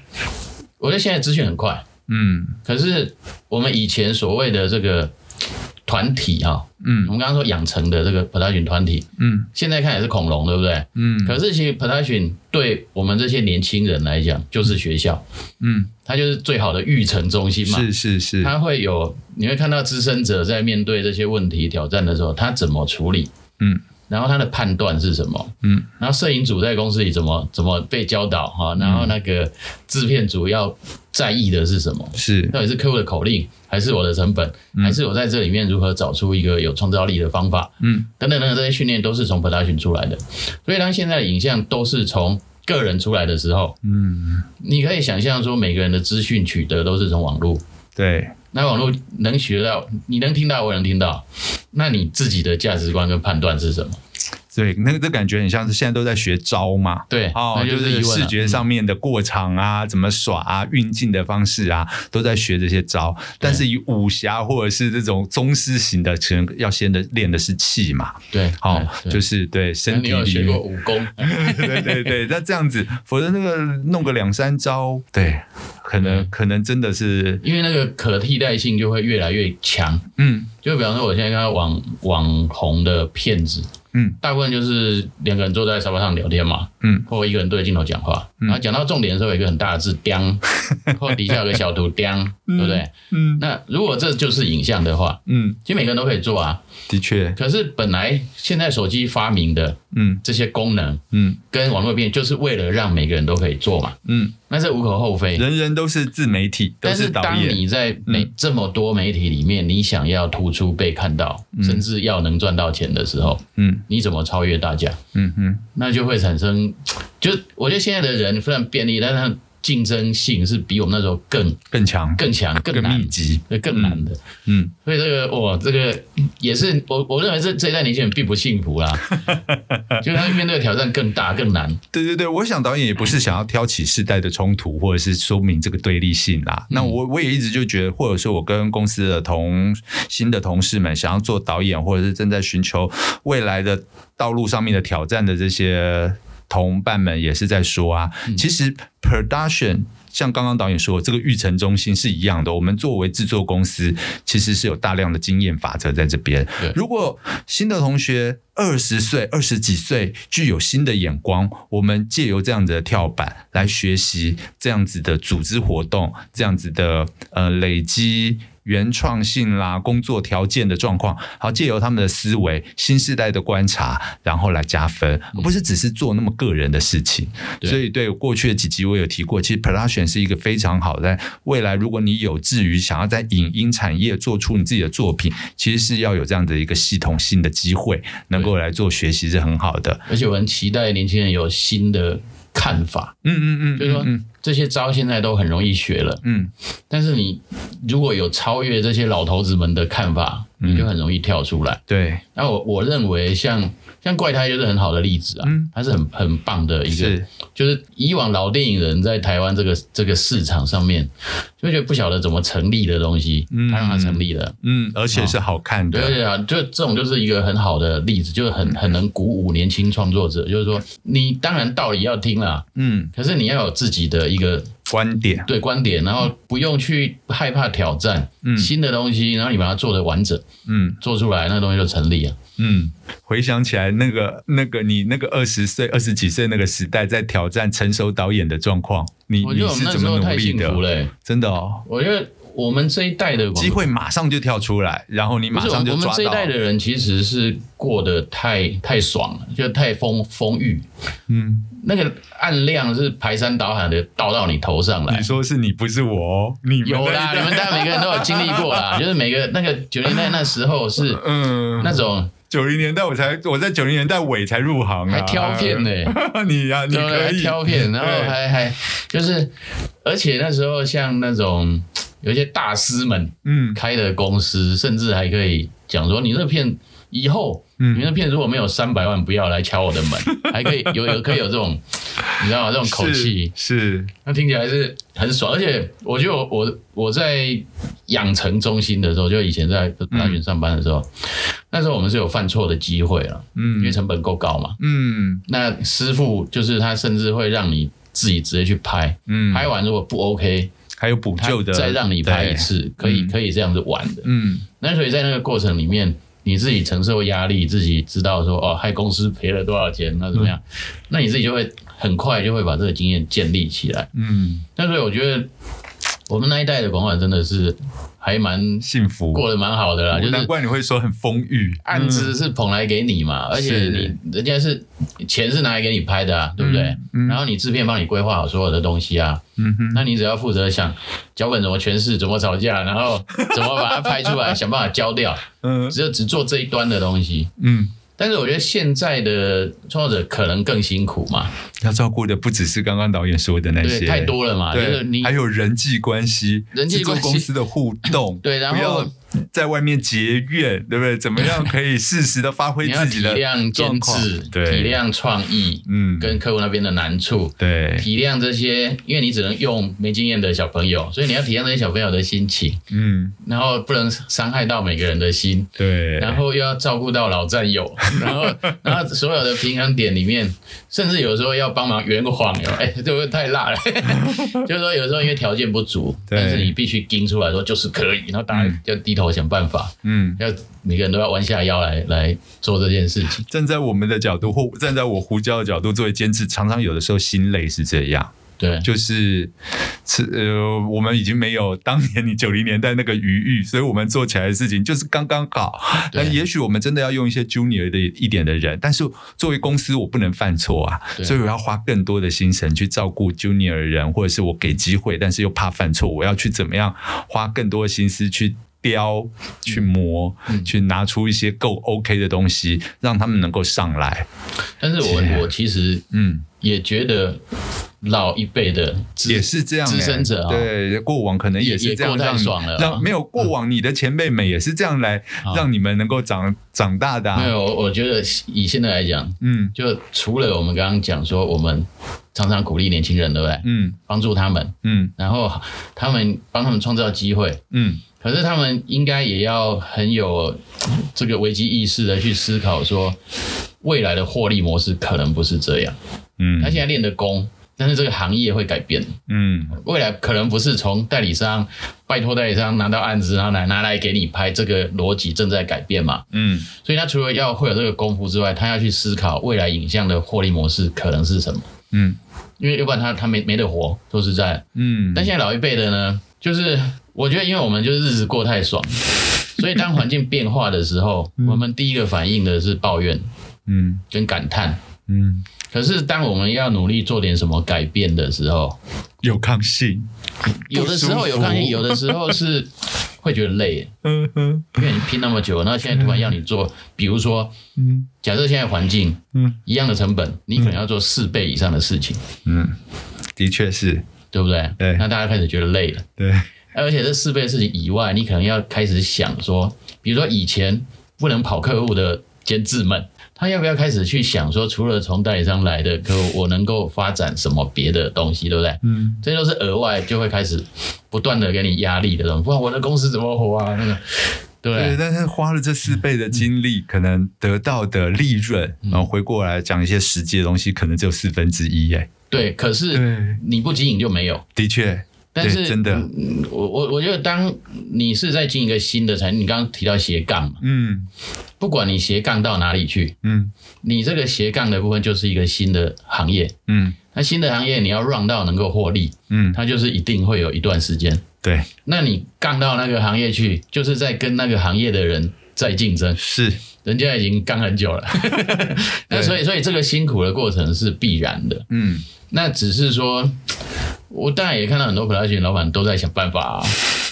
B: 我觉得现在资讯很快，
A: 嗯
B: 可是我们以前所谓的这个团体啊、我
A: 嗯
B: 们刚刚说养成的这个 production 团体，
A: 嗯
B: 现在看也是恐龙，对不对？
A: 嗯，
B: 可是其实 production 对我们这些年轻人来讲，就是学校，
A: 嗯
B: 它就是最好的育成中心嘛。
A: 是是是，
B: 它会有，你会看到资深者在面对这些问题挑战的时候，他怎么处理？
A: 嗯
B: 然后他的判断是什么？
A: 嗯，
B: 然后摄影组在公司里怎么怎么被教导哈、然后那个制片组要在意的是什么？
A: 是
B: 到底是客户的口令，还是我的成本，还是我在这里面如何找出一个有创造力的方法？
A: 嗯，
B: 等等等等，这些训练都是从 production 出来的。所以当现在的影像都是从个人出来的时候，嗯，你可以想象说，每个人的资讯取得都是从网络。
A: 对，
B: 那网络能学到，你能听到，我能听到，那你自己的价值观跟判断是什么？
A: 对，那个这感觉很像是现在都在学招嘛。
B: 对
A: 哦，
B: 那
A: 就
B: 就是
A: 是
B: 疑问了啊嗯
A: 视觉上面的过场啊，怎么耍啊，运镜的方式啊，都在学这些招。但是以武侠或者是这种宗师型的，可能要先的练的是气嘛。
B: 对，
A: 好、
B: 对
A: 就
B: 对
A: 是对
B: 那
A: 身
B: 你
A: 体
B: 有学
A: 里
B: 过
A: 面。
B: 武功？
A: *laughs*
B: *laughs*
A: 对对对，那这样子，否则那个弄个两三招，对，可能
B: 嗯
A: 可能真的是，
B: 因为那个可替代性就会越来越强。
A: 嗯
B: 就比方说，我现在看到网网红的片子，
A: 嗯
B: 大部分就是两个人坐在沙发上聊天嘛，
A: 嗯，
B: 或一个人对着镜头讲话，然后讲到重点的时候，有一个很大的字“叮”，
A: *laughs*
B: 或底下有个小图“叮”，对不对？
A: 嗯
B: 那如果这就是影像的话，
A: 嗯，
B: 其实每个人都可以做啊。
A: 的确，
B: 可是本来现在手机发明的
A: 嗯
B: 这些功能
A: 嗯
B: 跟网络变，就是为了让每个人都可以做嘛，
A: 嗯，
B: 那这无可厚非。
A: 人人都是自媒体，都
B: 但是
A: 导
B: 当
A: 演，嗯
B: 你在媒、这么多媒体里面，你想要突出被看到，甚至要能赚到钱的时候，
A: 嗯
B: 你怎么超越大家？
A: 嗯嗯
B: 那就会产生，就我觉得现在的人非常便利，但是他的竞争性是比我们那时候更
A: 更强
B: 更强、更
A: 更
B: 难
A: 密、集，
B: 对更难的。
A: 嗯，
B: 所以这个哇，这个也是我我认为这这一代年轻人并不幸
A: *laughs*
B: 福啦，就是他面对的挑战更大、更难。
A: 对对对，我想导演也不是想要挑起世代的冲突，或者是说明这个对立性啦。那我我也一直就觉得，或者说我跟公司的同新的同事们，想要做导演，或者是正在寻求未来的道路上面的挑战的这些同伴们，也是在说啊，其实 production。像刚刚导演说，这个育成中心是一样的。我们作为制作公司，其实是有大量的经验法则在这边
B: 对。
A: 如果新的同学二十岁、二十几岁具有新的眼光，我们借由这样子的跳板来学习这样子的组织活动，这样子的呃累积。原创性啦，工作条件的状况，好借由他们的思维、新时代的观察，然后来加分，而不是只是做那么个人的事情。
B: 嗯对
A: 所以对过去的几集我有提过，其实 production 是一个非常好的，在未来如果你有志于想要在影音产业做出你自己的作品，其实是要有这样的一个系统性的机会，能够来做学习是很好的。
B: 而且我很期待年轻人有新的看法，
A: 嗯嗯嗯，
B: 就是说
A: 嗯
B: 这些招现在都很容易学了，
A: 嗯
B: 但是你如果有超越这些老头子们的看法，
A: 嗯
B: 你就很容易跳出来。
A: 对，
B: 那我我认为像像怪胎就是很好的例子啊，
A: 嗯
B: 它是很很棒的一个
A: 是，
B: 就是以往老电影人在台湾这个这个市场上面，就会觉得不晓得怎么成立的东西，他让它成立了。
A: 嗯，而且是好看
B: 对
A: 的，
B: 对啊，就这种就是一个很好的例子，就是很很能鼓舞年轻创作者。就是说，你当然道理要听啦，
A: 嗯，
B: 可是你要有自己的一个
A: 观点，
B: 对观点，然后不用去害怕挑战、新的东西，然后你把它做得完整，
A: 嗯
B: 做出来那东西就成立了。
A: 嗯。回想起来，那个、那个你那个二十岁、二十几岁那个时代，在挑战成熟导演的状况，你
B: 我
A: 你
B: 觉得我们
A: 是
B: 那
A: 怎
B: 时
A: 么
B: 候
A: 努
B: 太
A: 力
B: 幸
A: 的
B: 福？了、欸
A: 真的哦，
B: 我觉得我们这一代的
A: 机，会马上就跳出来，然后你
B: 不
A: 马
B: 是
A: 上就
B: 我们
A: 抓
B: 这一
A: 到。
B: 代的人，其实是过得太太爽了，就太丰丰裕。嗯，那个暗量是排山倒海的倒到你头上来
A: 你。说是你不是我哦，你们
B: 有啦，你们大家每个人都有经历过啦，
A: *laughs*
B: 就是每个那个九零年代那时候是
A: 嗯，
B: 那种
A: 九零年代我才我在九零年代尾才入行啊，
B: 还挑片呢、
A: *laughs* 你呀、你
B: 对不对
A: 可以
B: 还挑片，然后
A: 对
B: 还还就是，而且那时候像那种有一些大师们，
A: 嗯
B: 开的公司，甚至还可以讲说，你那片以后，
A: 嗯
B: 你那片如果没有三百万，不要来敲我的门，还可以有有可以有这种，你知道吗？这种口气，
A: 是是
B: 那听起来是很爽。而且我觉得我我我在养成中心的时候，就以前在大
A: 嗯
B: 学上班的时候，那时候我们是有犯错的机会了，因为
A: 嗯
B: 成本够高嘛。
A: 嗯
B: 那师傅就是他，甚至会让你自己直接去拍，
A: 嗯，
B: 拍完如果不 OK，
A: 还有补
B: 他
A: 救的，
B: 再让你拍一
A: 对，
B: 次，可以
A: 嗯
B: 可以这样子玩的。
A: 嗯
B: 那所以在那个过程里面，你自己承受压力，自己知道说哦，害公司赔了多少钱，那怎么
A: 嗯
B: 样？那你自己就会很快就会把这个经验建立起来。
A: 嗯，
B: 那所以我觉得我们那一代的广管真的是还蛮
A: 幸福，
B: 过得蛮好的啦，就
A: 难
B: 是
A: 怪你会说很丰裕，
B: 案子是捧来给你嘛，而且
A: 是
B: 你人家是钱是拿来给你拍的啊，对不对？然后你制片帮你规划好所有的东西啊，
A: 嗯哼，
B: 那你只要负责想脚本怎么诠释，怎么吵架，
A: *laughs*
B: 然后怎么把它拍出来，想办法交掉。 *laughs*
A: 嗯
B: 只有只做这一端的东西，
A: 嗯
B: 但是我觉得现在的创作者可能更辛苦嘛，
A: 要照顾的不只是刚刚导演说的那些，
B: 对，太多了嘛，就
A: 对，
B: 是你
A: 还有人际关系、
B: 人际
A: 制作
B: 关系
A: 公司的互动，
B: *coughs* 对然后
A: 不要在外面结怨，对不对？怎么样可以适时的发挥
B: *laughs* 你要
A: 自己
B: 体
A: 的
B: 谅
A: 状
B: 监
A: 况
B: 制，？
A: 对，
B: 体谅创意，
A: 嗯
B: 跟客户那边的难处，
A: 对，
B: 体谅这些，因为你只能用没经验的小朋友，所以你要体谅这些小朋友的心情，
A: 嗯
B: 然后不能伤害到每个人的心，
A: 对，
B: 然后又要照顾到老战友， *laughs* 然后然后所有的平衡点里面，甚至有时候要帮忙圆个谎哟，哎，这个太辣了， *laughs* 就是说有时候因为条件不足，
A: 对
B: 但是你必须盯出来说就是可以，然后大家要低头想办法，
A: 嗯。
B: 要每个人都要弯下腰来来做这件事情。
A: 站在我们的角度，或站在我胡椒的角度作为监制，常常有的时候心累是这样，
B: 对，
A: 就是是呃，我们已经没有当年你九零年代那个余裕，所以我们做起来的事情就是刚刚好。那
B: 对
A: 也许我们真的要用一些 junior 的一点的人，但是作为公司，我不能犯错啊，
B: 对
A: 所以我要花更多的心神去照顾 junior 的人，或者是我给机会，但是又怕犯错，我要去怎么样花更多的心思去。雕去磨，
B: 嗯
A: 去拿出一些够 OK 的东西，让他们能够上来。
B: 但是我
A: 这样
B: 我其实
A: 嗯，
B: 也觉得老一辈的资
A: 也是这样、欸，
B: 资深者啊、
A: 对，过往可能也是这样
B: 也过太
A: 让你
B: 爽了啊
A: 让没有过往你的前辈们也是这样来
B: 啊
A: 让你们能够长长大的、
B: 没
A: 啊。
B: 有，我我觉得以现在来讲，
A: 嗯
B: 就除了我们刚刚讲说，我们常常鼓励年轻人，对不对？
A: 嗯
B: 帮助他们，
A: 嗯
B: 然后他们帮他们创造机会，
A: 嗯，
B: 可是他们应该也要很有这个危机意识的去思考说，未来的获利模式可能不是这样。
A: 嗯，
B: 他现在练的功，但是这个行业会改变，
A: 嗯
B: 未来可能不是从代理商拜托代理商拿到案子，然后拿拿来给你拍，这个逻辑正在改变嘛。
A: 嗯
B: 所以他除了要会有这个功夫之外，他要去思考未来影像的获利模式可能是什么，
A: 嗯
B: 因为要不然他他没没得活，说实在。
A: 嗯，
B: 但现在老一辈的呢，就是我觉得因为我们就是日子过太爽，所以当环境变化的
A: *laughs*
B: 时候，我们第一个反应的是抱怨
A: 嗯
B: 跟感叹。
A: 嗯
B: 可是当我们要努力做点什么改变的时候，
A: 有抗性，
B: 有的时候有抗性，有的时候是会觉得累，
A: 嗯哼
B: 因为你拼那么久，然后现在突然要你做，比如说，
A: 嗯
B: 假设现在环境
A: 嗯
B: 一样的成本，你可能要做四倍以上的事情，
A: 嗯，的确是
B: 对不对？
A: 对
B: 那大家开始觉得累了，
A: 对，
B: 而且这四倍的事情以外，你可能要开始想说，比如说以前不能跑客户的监制们。他要不要开始去想说，除了从代理商来的客户，我能够发展什么别的东西，对不对？
A: 嗯
B: 这都是额外就会开始不断的给你压力的东西。哇，我的公司怎么活啊？那个，
A: 对，
B: 对
A: 但是花了这四倍的精力，可能得到的利润，然后回过来讲一些实际的东西，可能只有四分之一，哎，
B: 对，可
A: 对
B: 是你不经营就没有。
A: 的确，
B: 但
A: 对
B: 是
A: 真的
B: 嗯我我我觉得，当你是在经营一个新的产业，你刚刚提到斜杠嘛，
A: 嗯
B: 不管你斜杠到哪里去，
A: 嗯
B: 你这个斜杠的部分就是一个新的行业。
A: 嗯
B: 那新的行业你要 run 到能够获利，
A: 嗯，
B: 它就是一定会有一段时间。
A: 对，
B: 那你杠到那个行业去，就是在跟那个行业的人在竞争。
A: 是，
B: 人家已经干很久了，那所以所以这个辛苦的过程是必然的。
A: 嗯。
B: 那只是说，我当然也看到很多 production 老板都在想办法、啊，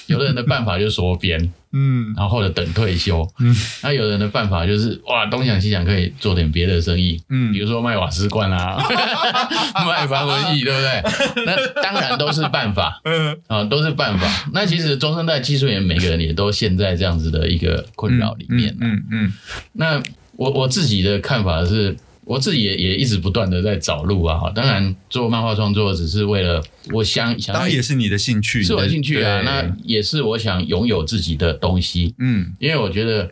B: 有的人的办法就是缩编，
A: 嗯
B: 然后或者等退休，嗯，那有的人的办法就是哇东想西想可以做点别的生意，
A: 嗯
B: 比如说卖瓦斯罐
A: *laughs*
B: 啊，卖防蚊液，对不对？那当然都是办法，
A: 嗯
B: 啊、都是办法。那其实中生代技术员每个人也都陷在这样子的一个困扰里面、啊
A: 嗯嗯
B: 那我我自己的看法是，我自己也也一直不断的在找路啊。哈当然，做漫画创作只是为了我想想
A: 当然也是你的兴趣，
B: 是我的兴趣啊，
A: 对
B: 那也是我想拥有自己的东西，
A: 嗯
B: 因为我觉得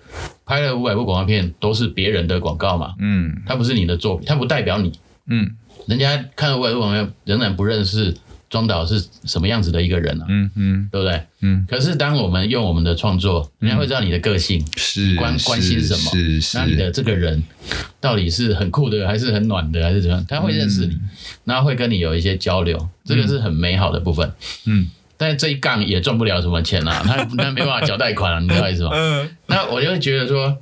B: 拍了五百部广告片都是别人的广告嘛，
A: 嗯
B: 它不是你的作品，它不代表你。
A: 嗯
B: 人家看了五百部广告片，仍然不认识庄导是什么样子的一个人啊，
A: 嗯嗯
B: 对不对？
A: 嗯，
B: 可是当我们用我们的创作，人家会知道你的个性，
A: 是
B: 关
A: 是
B: 关心什么
A: 是是，
B: 那你的这个人到底是很酷的，还是很暖的，还是怎么样？他会认识你，
A: 嗯
B: 然后会跟你有一些交流，这个是很美好的部分。
A: 嗯
B: 但是这一杠也赚不了什 *laughs* 么钱啊，他他没办法缴贷款啊，你知道意思吗？
A: 嗯
B: 那我就会觉得说，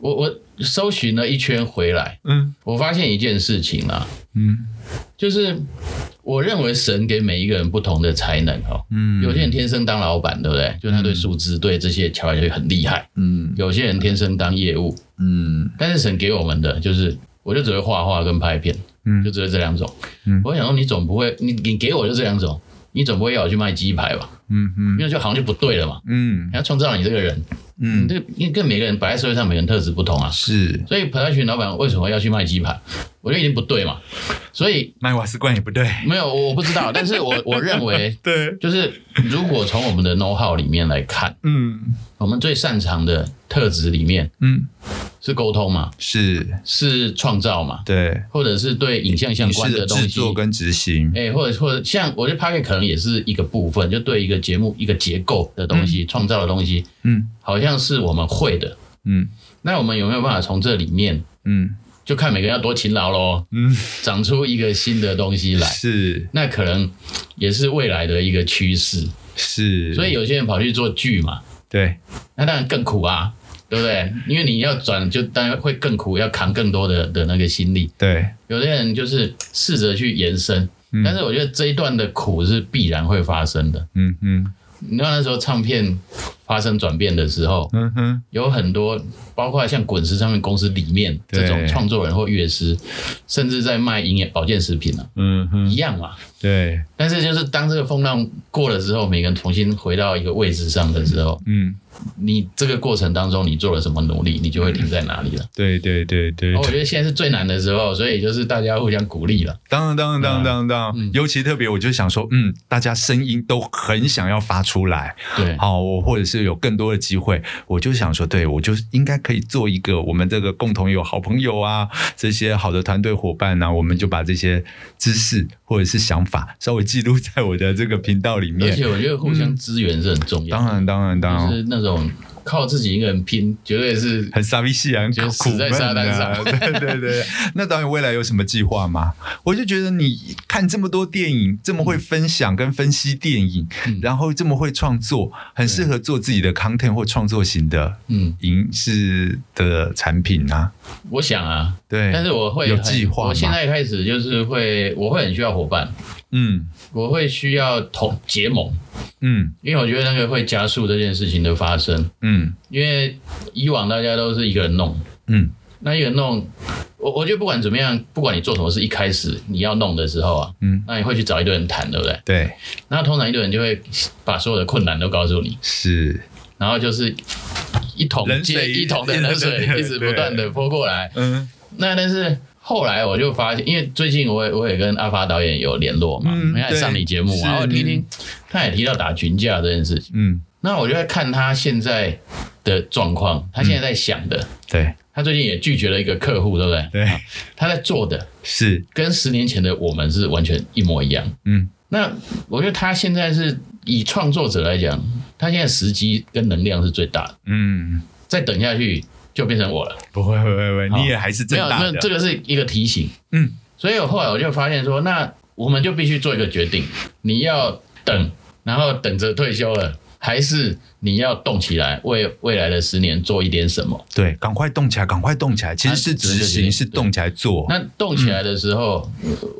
B: 我我搜寻了一圈回来，
A: 嗯
B: 我发现一件事情啦，
A: 嗯
B: 就是我认为神给每一个人不同的才能哦。
A: 嗯
B: 有些人天生当老板，对不对？就他对数字、对这些瞧起来就很厉害。
A: 嗯
B: 有些人天生当业务，
A: 嗯
B: 但是神给我们的就是，我就只会画画跟拍片，
A: 嗯
B: 就只会这两种。
A: 嗯
B: 我想说，你总不会，你你给我就这两种，你总不会要我去卖鸡排吧？
A: 嗯嗯
B: 因为就好像就不对了嘛。
A: 嗯
B: 你要创造你这个人，你
A: 嗯，
B: 这个因为跟每个人摆在社会上，每个人特质不同啊。
A: 是
B: 所以葡萄群老板为什么要去卖鸡排？我觉得已经不对嘛。所以
A: 卖瓦斯罐也不对，
B: 没有，我我不知道，但是我我认为，
A: 对，
B: 就是如果从我们的 know how 里面来看，
A: 嗯
B: 我们最擅长的特质里面
A: 嗯
B: 是沟通嘛，
A: 是，
B: 是创造嘛，
A: 对，
B: 或者是对影像相
A: 影视
B: 关
A: 的
B: 东
A: 制
B: 西
A: 作。跟执行，
B: 哎、或者或者像我觉得 p a c k e t 可能也是一个部分，就对一个节目一个结构的东西、创造的东西，
A: 嗯
B: 好像是我们会的。
A: 嗯
B: 那我们有没有办法从这里面
A: 嗯
B: 就看每个人要多勤劳喽，
A: 嗯，
B: 长出一个新的东西来？
A: 是
B: 那可能也是未来的一个趋势。
A: 是，
B: 所以有些人跑去做剧嘛，
A: 对，
B: 那当然更苦啊，对不对？因为你要转，就当然会更苦，要扛更多的的那个心力。
A: 对，
B: 有些人就是试着去延伸，但是我觉得这一段的苦是必然会发生的。
A: 嗯嗯
B: 你知道那时候唱片发生转变的时候，
A: 嗯哼，
B: 有很多，包括像滚石唱片公司里面
A: 对
B: 这种创作人或乐师，甚至在卖营养保健食品啊，
A: 嗯
B: 一
A: 哼，
B: 样嘛。
A: 对，
B: 但是就是当这个风浪过了之后，每个人重新回到一个位置上的时候，
A: 嗯，
B: 你这个过程当中你做了什么努力，你就会停在哪里了。哦
A: 对对对对
B: 然后我觉得现在是最难的时候，所以就是大家互相鼓励了。
A: 当然，当然，当然，
B: 对啊
A: 当然，当然，尤其特别，我就想说，嗯，大家声音都很想要发出来，
B: 对，
A: 好，我或者是有更多的机会，我就想说，对我就应该可以做一个我们这个共同有好朋友啊，这些好的团队伙伴啊呢、我们就把这些知识或者是想法稍微记录在我的这个频道里
B: 而
A: 面。
B: 且我觉得互相支援是很重要。
A: 嗯当，然，当然，当然，
B: 就是那种靠自己一个人拼，绝对是
A: 很傻逼夕阳，
B: 就
A: 苦
B: 死在沙
A: 闷啊
B: 滩上
A: 对对对，那导演未来有什么计划吗？我就觉得你看这么多电影，这么会分享跟分析电影，
B: 嗯
A: 然后这么会创作，很适合做自己的 content 或创作型的
B: 嗯，
A: 影视的产品啊。
B: 我想啊，
A: 对，
B: 但是我会
A: 哎有
B: 很
A: 计划吗
B: 我现在开始就是会，我会很需要伙伴，
A: 嗯
B: 我会需要同结盟，
A: 嗯
B: 因为我觉得那个会加速这件事情的发生。
A: 嗯
B: 因为以往大家都是一个人弄，
A: 嗯
B: 那一个人弄，我我觉得不管怎么样，不管你做什么事，一开始你要弄的时候啊，
A: 嗯，
B: 那你会去找一堆人谈，对不对？
A: 对，
B: 那通常一堆人就会把所有的困难都告诉你，
A: 是，
B: 然后就是一桶
A: 冷
B: 接
A: 水
B: 一桶的
A: 一
B: 冷
A: 直
B: 水
A: 对
B: 一直不断的泼过来，
A: 嗯
B: 那但是后来我就发现，因为最近我也我也跟阿发导演有联络嘛，
A: 嗯
B: 因为他也上你节目
A: 对
B: 嘛，然后
A: 是
B: 听听他也提到打群架这件事情，
A: 嗯，
B: 那我就在看他现在的状况，他现在在想的，
A: 对
B: 他最近也拒绝了一个客户，对不对？
A: 对
B: 他在做的
A: 是，
B: 跟十年前的我们是完全一模一样。
A: 嗯
B: 那我觉得他现在是以创作者来讲，他现在时机跟能量是最大的，
A: 嗯，
B: 再等下去就变成我了。
A: 不会不会不会，你也还是
B: 没
A: 正
B: 有，
A: 大
B: 没有，这
A: 的，
B: 个是一个提醒。
A: 嗯，
B: 所以我后来我就发现说，那我们就必须做一个决定，你要等，然后等着退休了，还是你要动起来，为未来的十年做一点什么？
A: 对，赶快动起来，赶快动起来，其实是
B: 啊
A: 执
B: 对对
A: 行，
B: 对
A: 是动起来做，
B: 那动起来的时候，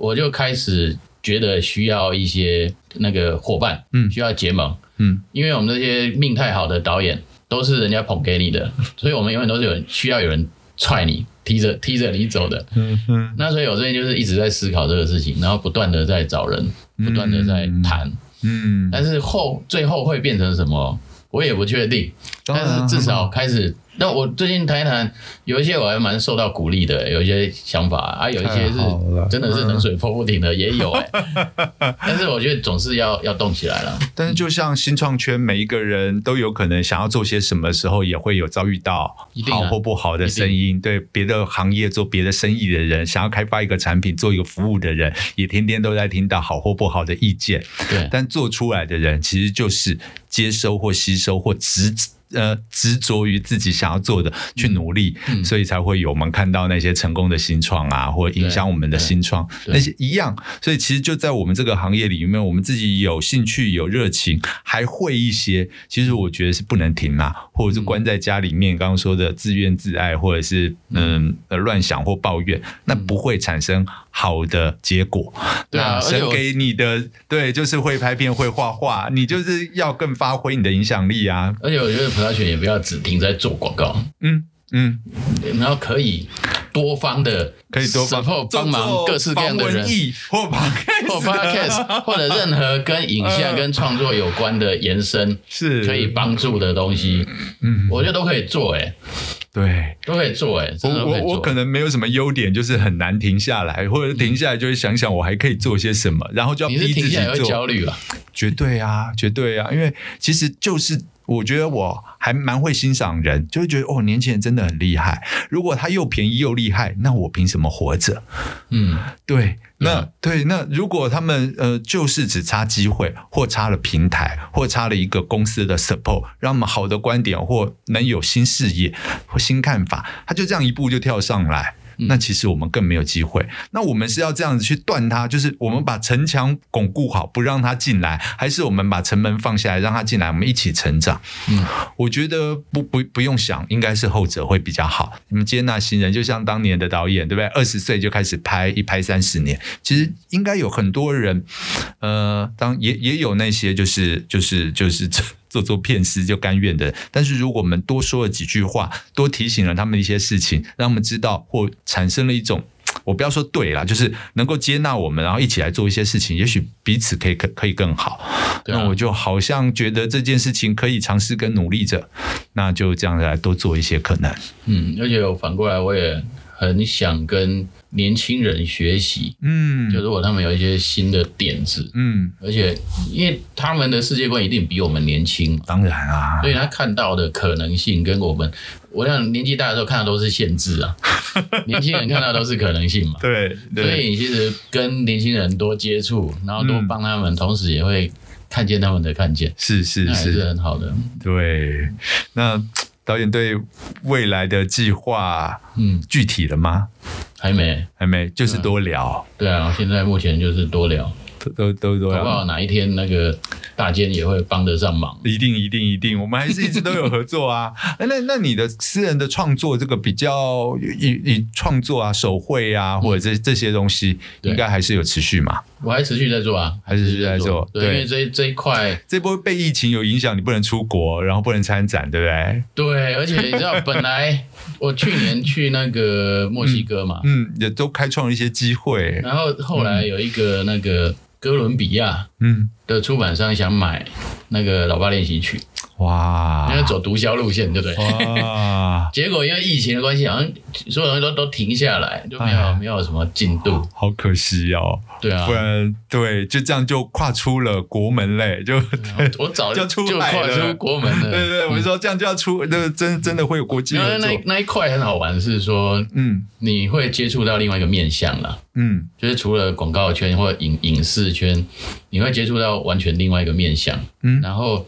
B: 我就开始觉得需要一些那个伙伴，
A: 嗯
B: 需要结盟，
A: 嗯，
B: 因为我们这些命太好的导演都是人家捧给你的，所以我们永远都是有人需要有人踹你，踢着踢着你走的，
A: 嗯嗯。
B: 那所以我最近就是一直在思考这个事情，然后不断的在找人，不断的在谈，
A: 嗯，
B: 但是后最后会变成什么，我也不确定。
A: 当然啊
B: 但是
A: *laughs*
B: 至少开始，那我最近谈一谈，有一些我还蛮受到鼓励的，欸有一些想法啊，有一些是
A: 太好了
B: 真的是冷水泼不停的，也有
A: *laughs*
B: 哎、但是我觉得总是要要动起来了，
A: 但是就像新创圈，每一个人都有可能想要做些什么时候，也会有遭遇到
B: 一定啊
A: 好或不好的声音。对别的行业做别的生意的人，想要开发一个产品、做一个服务的人，也天天都在听到好或不好的意见。 *laughs*
B: 对。
A: 但做出来的人，其实就是接收或吸收或执呃执着于自己想要做的
B: 嗯
A: 去努力，所以才会有我们看到那些成功的新创啊，或影响我们的新创
B: 对对
A: 那些一样。所以其实就在我们这个行业里面，我们自己有兴趣、有热情，还会一些，其实我觉得是不能停
B: 嗯
A: 啦，或者是关在家里面，刚刚说的自怨自艾，或者是嗯呃乱想或抱怨，
B: 嗯
A: 那不会产生好的结果。
B: 对啊
A: 那
B: 而且
A: 神
B: 我
A: 给你的对，就是会拍片、会画画，你就是要更发挥你的影响力啊。
B: 而且我觉得葡萄犬也不要只停在做广告，
A: 嗯嗯，
B: 然后可以多方的
A: 可以多帮
B: support 帮忙各式各样的
A: 做做访。
B: 人
A: 文艺
B: *laughs*
A: 或 p o
B: 或
A: *laughs*
B: podcast 或者任何跟影像跟创作有关的延伸，
A: 是
B: 可以帮助的东西，
A: 嗯，
B: 我觉得都可以做，哎，
A: 对。
B: 都可以做，哎，
A: 我
B: 真的都可以
A: 我
B: 做。
A: 我可能没有什么优点，就是很难停下来，或者停下来就会想想我还可以做些什么，然后就要
B: 你是
A: 逼
B: 停
A: 自己
B: 下来会
A: 做。
B: 焦虑啊，
A: 绝对啊，绝对啊，因为其实就是。我觉得我还蛮会欣赏人，就会觉得哦，年轻人真的很厉害。如果他又便宜又厉害，那我凭什么活着？
B: 嗯，
A: 对，那、
B: 嗯
A: 对，那如果他们呃，就是只差机会，或差了平台，或差了一个公司的 support，让他们好的观点或能有新视野或新看法，他就这样一步就跳上来。那其实我们更没有机会。那我们是要这样子去断它，就是我们把城墙巩固好，不让它进来，还是我们把城门放下来，让它进来，我们一起成长？我觉得不不不用想，应该是后者会比较好。你们接纳新人，就像当年的导演，对不对？二十岁就开始拍，一拍三十年，其实应该有很多人，呃，当也也有那些就是就是就是做 *laughs* 做做骗师就甘愿的。但是如果我们多说了几句话，多提醒了他们一些事情，让他们知道或产生了一种。我不要说对啦，就是能够接纳我们，然后一起来做一些事情，也许彼此可以可可以更好。
B: 对啊
A: 那我就好像觉得这件事情可以尝试跟努力着，那就这样来多做一些可能。
B: 嗯，而且我反过来，我也很想跟年轻人学习，
A: 嗯
B: 就如果他们有一些新的点子，
A: 嗯，
B: 而且因为他们的世界观一定比我们年轻嘛，
A: 当然啊
B: 所，以他看到的可能性跟我们，我想年纪大的时候看到都是限
A: *laughs*
B: 制啊，年轻人看到都是可能性嘛。
A: 对
B: 所以你其实跟年轻人多接触，然后多帮他们，同时也会看见他们的看见，
A: 是是
B: 那还是
A: 是，
B: 很好的。
A: 对。那导演对未来的计划
B: 嗯，
A: 具体了吗？
B: 还没，
A: 还没，就是多聊，
B: 对啊，现在目前就是多聊，
A: 都都都多
B: 搞嗯不好
A: 聊。
B: 哪一天那个大间也会帮得上忙。
A: 一定一定一定，我们还是一直都有合作啊。哎那那你的私人的创作，这个比较以以创作啊、手绘
B: 嗯
A: 啊，或者这这些东西，
B: 对
A: 应该还是有持续嘛？
B: 我还持续在做啊，
A: 还是持续在做
B: 对，
A: 对
B: 因为这这一块，
A: 这波被疫情有影响，你不能出国，然后不能参展，对不
B: 嗯
A: 对？
B: 对，而且你知道，
A: *laughs*
B: 本来我去年去那个墨西哥嘛，
A: 嗯，也都开创了一些机会。
B: 然后后来有一个那个哥伦比亚
A: 嗯，
B: 的出版商想买那个老爸练习曲，
A: 哇
B: 因，为走毒枭路线，对不对？，
A: 嗯哇
B: 结果因为疫情的关系，好像所有东西都都停下来，就没有
A: 哎
B: 没有什么进度。
A: 好可惜哦，
B: 对啊
A: 不，然对，就这样就跨出了国门嘞，就对
B: 我早
A: 就
B: 就
A: 出
B: 就
A: 来
B: 跨
A: 了
B: 出国门
A: *laughs*
B: 了。
A: 对对，我说这样就要出，那真真的会有国际
B: 然
A: 合
B: 后
A: 作
B: 嗯那。那一块很好玩，是说
A: 嗯
B: 你会接触到另外一个面向啦，
A: 嗯，
B: 就是除了广告圈或影影视圈，你会接触到完全另外一个面向。
A: 嗯
B: 然后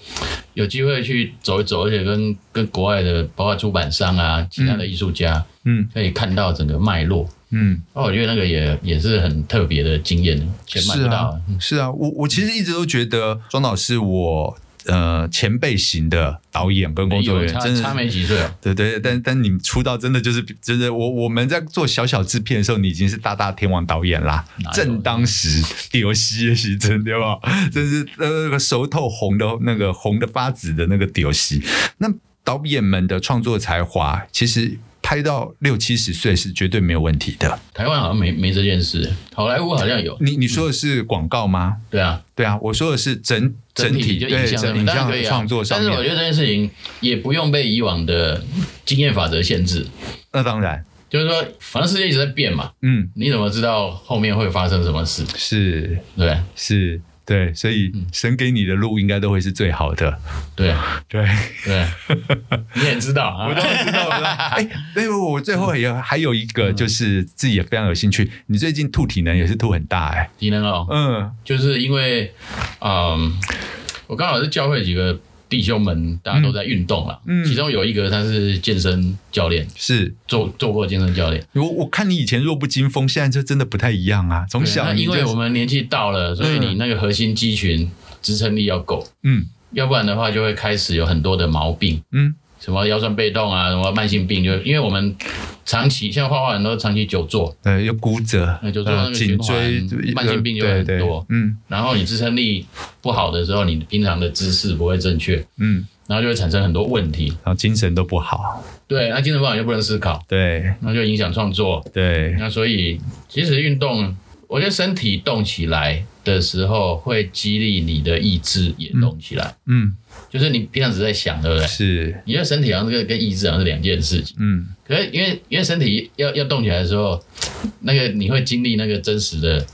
B: 有机会去走一走，而且跟跟国外的，包括出版商啊，其他的艺术家，
A: 嗯
B: 可以看到整个脉络。
A: 嗯，
B: 哦，我觉得那个也也是很特别的经验，钱买
A: 是
B: 不到
A: 啊
B: 啊。
A: 是啊，我我其实一直都觉得庄导是我呃前辈型的导演跟工作
B: 有
A: 人员，
B: 哎差
A: 真的
B: 差没几岁哦。
A: 对对，但但你出道真的就是真的，我我们在做小小制片的时候，你已经是大大天王导演啦
B: 哪。有
A: 正当时，丢西的时阵，对吧？ *laughs* 真是呃那个熟透红的那个红的发紫的那个丢西。那导演们的创作才华，其实拍到六七十岁是绝对没有问题的。
B: 台湾好像没没这件事，好莱坞好像有。
A: 你你说的是广告吗？
B: 对啊，
A: 对啊，我说的是整整体
B: 就
A: 对
B: 影
A: 整
B: 像上
A: 影
B: 面当然
A: 像
B: 可以
A: 的
B: 啊
A: 创作上
B: 但是我觉
A: 面，
B: 得这件事情也不用被以往的经验法则限制，
A: 那当然，
B: 就是说，反正世界一直在变嘛，
A: 嗯，
B: 你怎么知道后面会发生什么事？
A: 是
B: 对不
A: 是。对，所以
B: 嗯
A: 神给你的路应该都会是最好的。
B: 对 *laughs*
A: 对，
B: 对，你也知道，我
A: 我当然知道了。哎，对，我最后
B: 嗯
A: 也还有一个，就是自己也非常有兴趣。你最近吐体能也是吐很大哎、
B: 体能哦，
A: 嗯
B: 就是因为，嗯，我刚好是教会几个弟兄们大家都在运动啦，
A: 嗯
B: 其中有一个他是健身教练，
A: 是
B: 做做过健身教练。
A: 我我看你以前弱不禁风，现在就真的不太一样啊。从
B: 对
A: 小
B: 那
A: 你
B: 因
A: 就
B: 为我们年纪到了，所以
A: 嗯
B: 你那个核心肌群支撑力要够，
A: 嗯
B: 要不然的话就会开始有很多的毛病，
A: 嗯
B: 什么腰酸背痛啊，什么慢性病，就因为我们长期像画画很多长期久坐，
A: 呃有骨折
B: 那就，做那
A: 呃
B: 个
A: 颈
B: 循
A: 椎呃
B: 环慢性病就会很
A: 对对
B: 多
A: 嗯
B: 然后你支撑力不好的时候，你平常的姿势不会正确，
A: 嗯，
B: 然后就会产生很多问题。
A: 然后精神都不好，
B: 对，那精神不好你就不能思考，
A: 对
B: 那就影响创作。
A: 对，
B: 那所以其实运动，我觉得身体动起来的时候，会激励你的意志也动起来。
A: 嗯
B: 就是你平常只在想，对不对？
A: 是
B: 你觉得身体好像这个跟意志好像是两件事情，
A: 嗯
B: 可是因为因为身体要要动起来的时候，那个你会经历那个真实的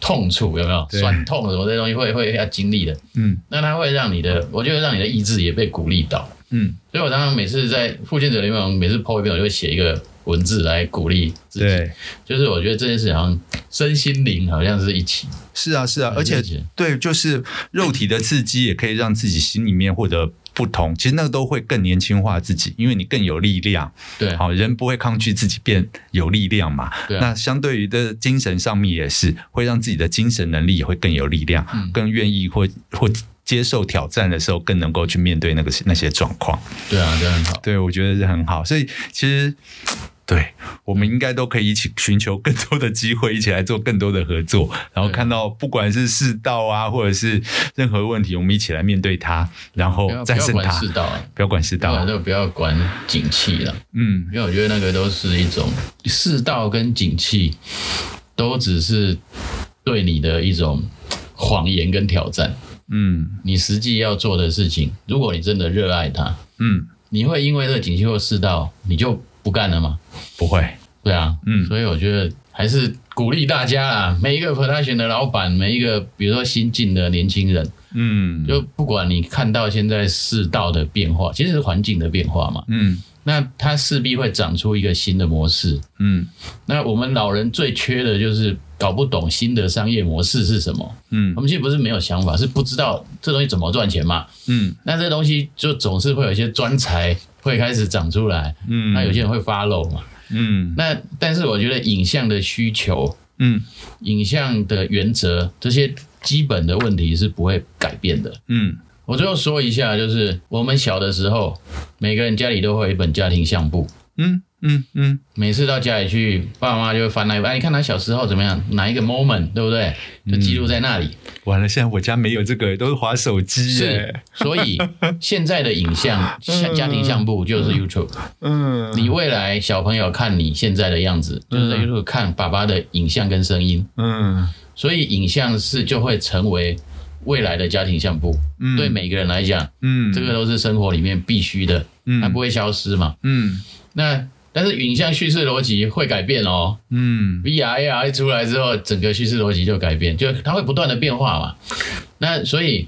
B: 痛楚，有没有
A: 对
B: 酸痛什么这些东西会会要经历的，
A: 嗯
B: 那它会让你的，我觉得让你的意志也被鼓励到。
A: 嗯
B: 所以我常常每次在复健者联盟每次 PO 一遍，我就会写一个文字来鼓励自己。
A: 对。
B: 就是我觉得这件事好像身心灵好像是一起，
A: 是啊，是啊，
B: 很
A: 而且
B: 理解
A: 对，就是肉体的刺激也可以让自己心里面获得不同，其实那个都会更年轻化自己，因为你更有力量。
B: 对，啊
A: 好，人不会抗拒自己变有力量嘛。
B: 对啊
A: 那相对于的精神上面也是，会让自己的精神能力也会更有力量，
B: 嗯
A: 更愿意或或接受挑战的时候，更能够去面对那个那些状况。
B: 对啊，这样很好。
A: 对，我觉得是很好。所以其实。对，我们应该都可以一起寻求更多的机会，一起来做更多的合作，然后
B: 对
A: 看到不管是世道啊，或者是任何问题，我们一起来面对它，然
B: 不
A: 后
B: 要不
A: 战
B: 要
A: 胜
B: 管
A: 它
B: 世。道啊，
A: 不要管世
B: 不要
A: 道
B: 管，就不要管景气了，
A: 嗯
B: 因为我觉得那个都是一种世道跟景气，都只是对你的一种谎言跟挑战。
A: 嗯
B: 你实际要做的事情，如果你真的热爱它，
A: 嗯，
B: 你会因为这个景气或世道，你就不干了吗？
A: 不会，
B: 对啊，
A: 嗯
B: 所以我觉得还是鼓励大家啦，每一个 production 的老板，每一个比如说新进的年轻人，
A: 嗯
B: 就不管你看到现在世道的变化，其实是环境的变化嘛，
A: 嗯
B: 那它势必会长出一个新的模式。
A: 嗯
B: 那我们老人最缺的就是搞不懂新的商业模式是什么。
A: 嗯
B: 我们其实不是没有想法，是不知道这东西怎么赚钱嘛。
A: 嗯
B: 那这东西就总是会有一些专才会开始长出来，
A: 嗯，
B: 那有些人会 follow 嘛。
A: 嗯
B: 那但是我觉得影像的需求、
A: 嗯
B: 影像的原则这些基本的问题是不会改变的。
A: 嗯
B: 我最后说一下，就是我们小的时候，每个人家里都会有一本家庭相簿，
A: 嗯嗯嗯
B: 每次到家里去，爸妈就会翻那一本，哎，你看他小时候怎么样，哪一个 moment，对不对？
A: 嗯
B: 就记录在那里。
A: 完了，现在我家没有这个，都是划手机
B: 是
A: 耶。，
B: 所以现在的影像像家庭相簿就是 YouTube。
A: 嗯
B: 你未来小朋友看你现在的样子，就是在 YouTube 看爸爸的影像跟声音，
A: 嗯
B: 所以影像是就会成为未来的家庭相簿。
A: 嗯
B: 对每个人来讲，
A: 嗯
B: 这个都是生活里面必须的，它不会消失嘛。
A: 嗯
B: 那但是影像叙事逻辑会改变哦
A: 嗯
B: ，VR、AR 一出来之后，整个叙事逻辑就改变，就它会不断的变化嘛。那所以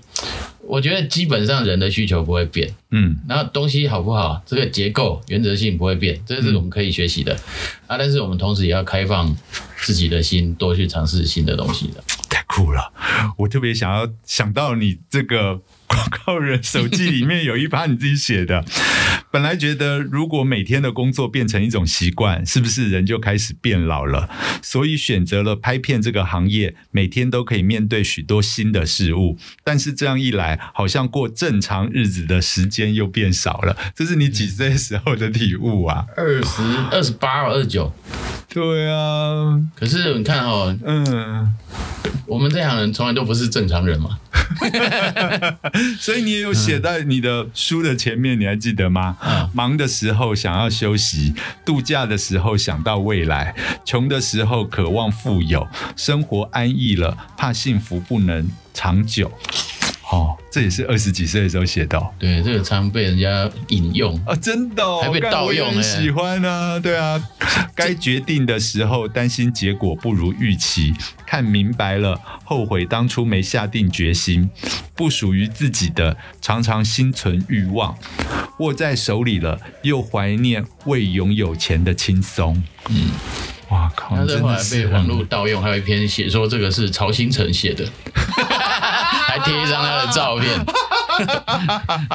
B: 我觉得基本上人的需求不会变，
A: 嗯
B: 然后东西好不好，这个结构原则性不会变，这是我们可以学习的、啊。但是我们同时也要开放自己的心，多去尝试新的东西的。
A: 太酷了！我特别想要想到你这个 *laughs* 广告人手记里面有一把你自己写的。本来觉得如果每天的工作变成一种习惯，是不是人就开始变老了？所以选择了拍片这个行业，每天都可以面对许多新的事物。但是这样一来，好像过正常日子的时间又变少了。这是你几岁时候的体悟啊？
B: 二十二十八、二十九，
A: 对啊，
B: 可是你看哦，
A: 嗯，
B: 我们这行人从来都不是正常人嘛。
A: 所以你也有写在你的书的前面，你还记得吗？
B: 嗯
A: 忙的时候想要休息，度假的时候想到未来，穷的时候渴望富有，生活安逸了，怕幸福不能长久。哦，这也是二十几岁的时候写的哦。
B: 对，这个常被人家引用。
A: 啊，真的、哦，
B: 还被
A: 干
B: 盗
A: 我也
B: 用
A: 很
B: 欸
A: 喜欢啊，对
B: *laughs*
A: 啊，该决定的时候担心结果不如预期，看明白了后悔当初没下定决心，不属于自己的常常心存欲望，握在手里了又怀念未拥有前的轻松。嗯，哇靠，
B: 他
A: 你
B: 这
A: 哦真
B: 后
A: 的
B: 来被
A: 是嗯
B: 网络盗用，还有
A: *laughs*
B: 一篇写说这个是曹新成写的，还贴一张他的照片。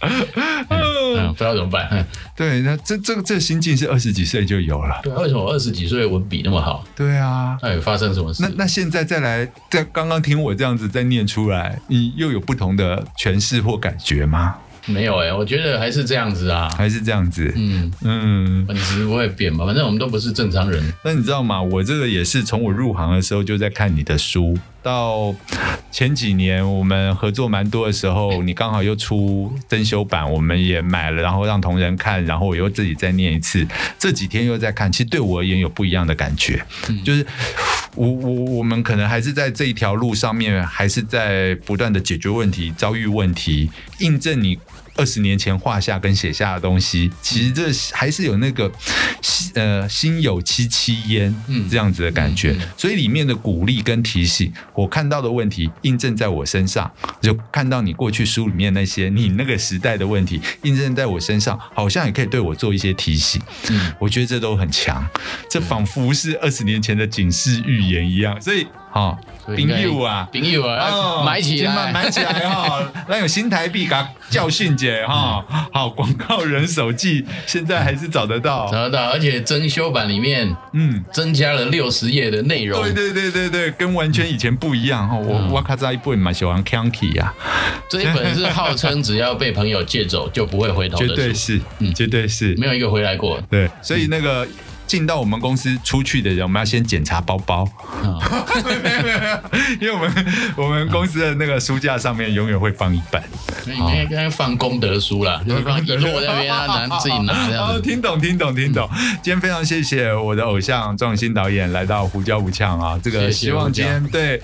B: *laughs* 嗯，不知道怎么办。嗯
A: 对，那这这个这个心境是二十几岁就有了。
B: 对啊，为什么我二十几岁文笔那么好？
A: 对啊，
B: 那有发生什么事？
A: 那那现在再来，在刚刚听我这样子再念出来，你又有不同的诠释或感觉吗？
B: 没有哎、我觉得还是这样子啊。
A: 还是这样子？
B: 嗯，
A: 嗯，
B: 本质不会变嘛，反正我们都不是正常人。
A: 那你知道吗？我这个也是从我入行的时候就在看你的书，到前几年我们合作蛮多的时候，你刚好又出增修版，我们也买了，然后让同仁看，然后我又自己再念一次。这几天又在看，其实对我而言有不一样的感觉，
B: 嗯
A: 就是我我我们可能还是在这一条路上面，还是在不断的解决问题、遭遇问题，印证你二十年前画下跟写下的东西，其实这还是有那个心呃心有戚戚焉，
B: 嗯
A: 这样子的感觉。
B: 嗯嗯
A: 所以里面的鼓励跟提醒，我看到的问题印证在我身上，就看到你过去书里面那些你那个时代的问题印证在我身上，好像也可以对我做一些提醒。
B: 嗯，
A: 我觉得这都很强，这仿佛是二十年前的警示预言一样。所以，好、
B: 所以
A: 冰
B: 应该
A: 友啊，
B: 朋友啊，买起来，
A: 买起来哈、那有新台币噶教训姐哈、
B: 嗯
A: 好，广告人手记现在还是找得
B: 找
A: 到。
B: 得到。而且增修版里面
A: 嗯，
B: 增加了六十页的内容，
A: 对对对对对，跟完全以前不一样哈、我
B: 嗯
A: 我卡在一本嘛，喜欢啊 Kanky 呀，
B: 这一本是号称只要被朋友借走就不会回头
A: 绝
B: 的
A: 对
B: 书，
A: 是，
B: 嗯
A: 绝对是，
B: 没有一个回来过。
A: 对，所以那个。进到我们公司出去的人，我们要先检查包包，
B: 嗯
A: 没有没有没有， *laughs* 因为我们我们公司的那个书架上面永远会放一本，
B: 所以你应该放功德书 *laughs* 啦，就是放一摞在那边啊，拿自己拿这
A: *laughs*
B: 样
A: 哦，
B: 子。
A: 听懂，听懂，听懂。今天非常谢谢我的偶像壮新导演来到胡椒无呛啊，这个
B: 谢谢
A: 希望今天对。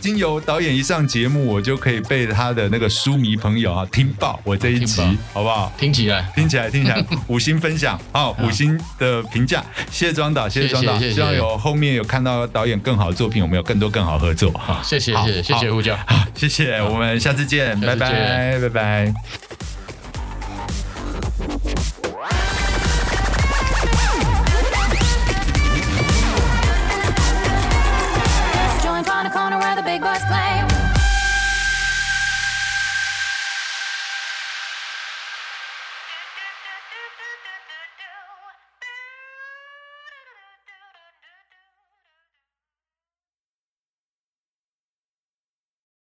A: 经由导演一上节目，我就可以被他的那个书迷朋友啊听爆我这一集
B: 啊听，
A: 好不好？
B: 听起来，
A: 听起来，听起
B: 嗯
A: 来，五星分
B: *laughs*
A: 享好，五星的评价，谢谢庄导，谢谢庄导，
B: 谢谢
A: 希望有后面有看到导演更好的作品，我们有更多更好合作。
B: 好，谢谢
A: 好
B: 谢谢谢
A: 好
B: 谢胡椒。
A: 谢谢，我们下次见，
B: 下次
A: 拜拜，拜拜。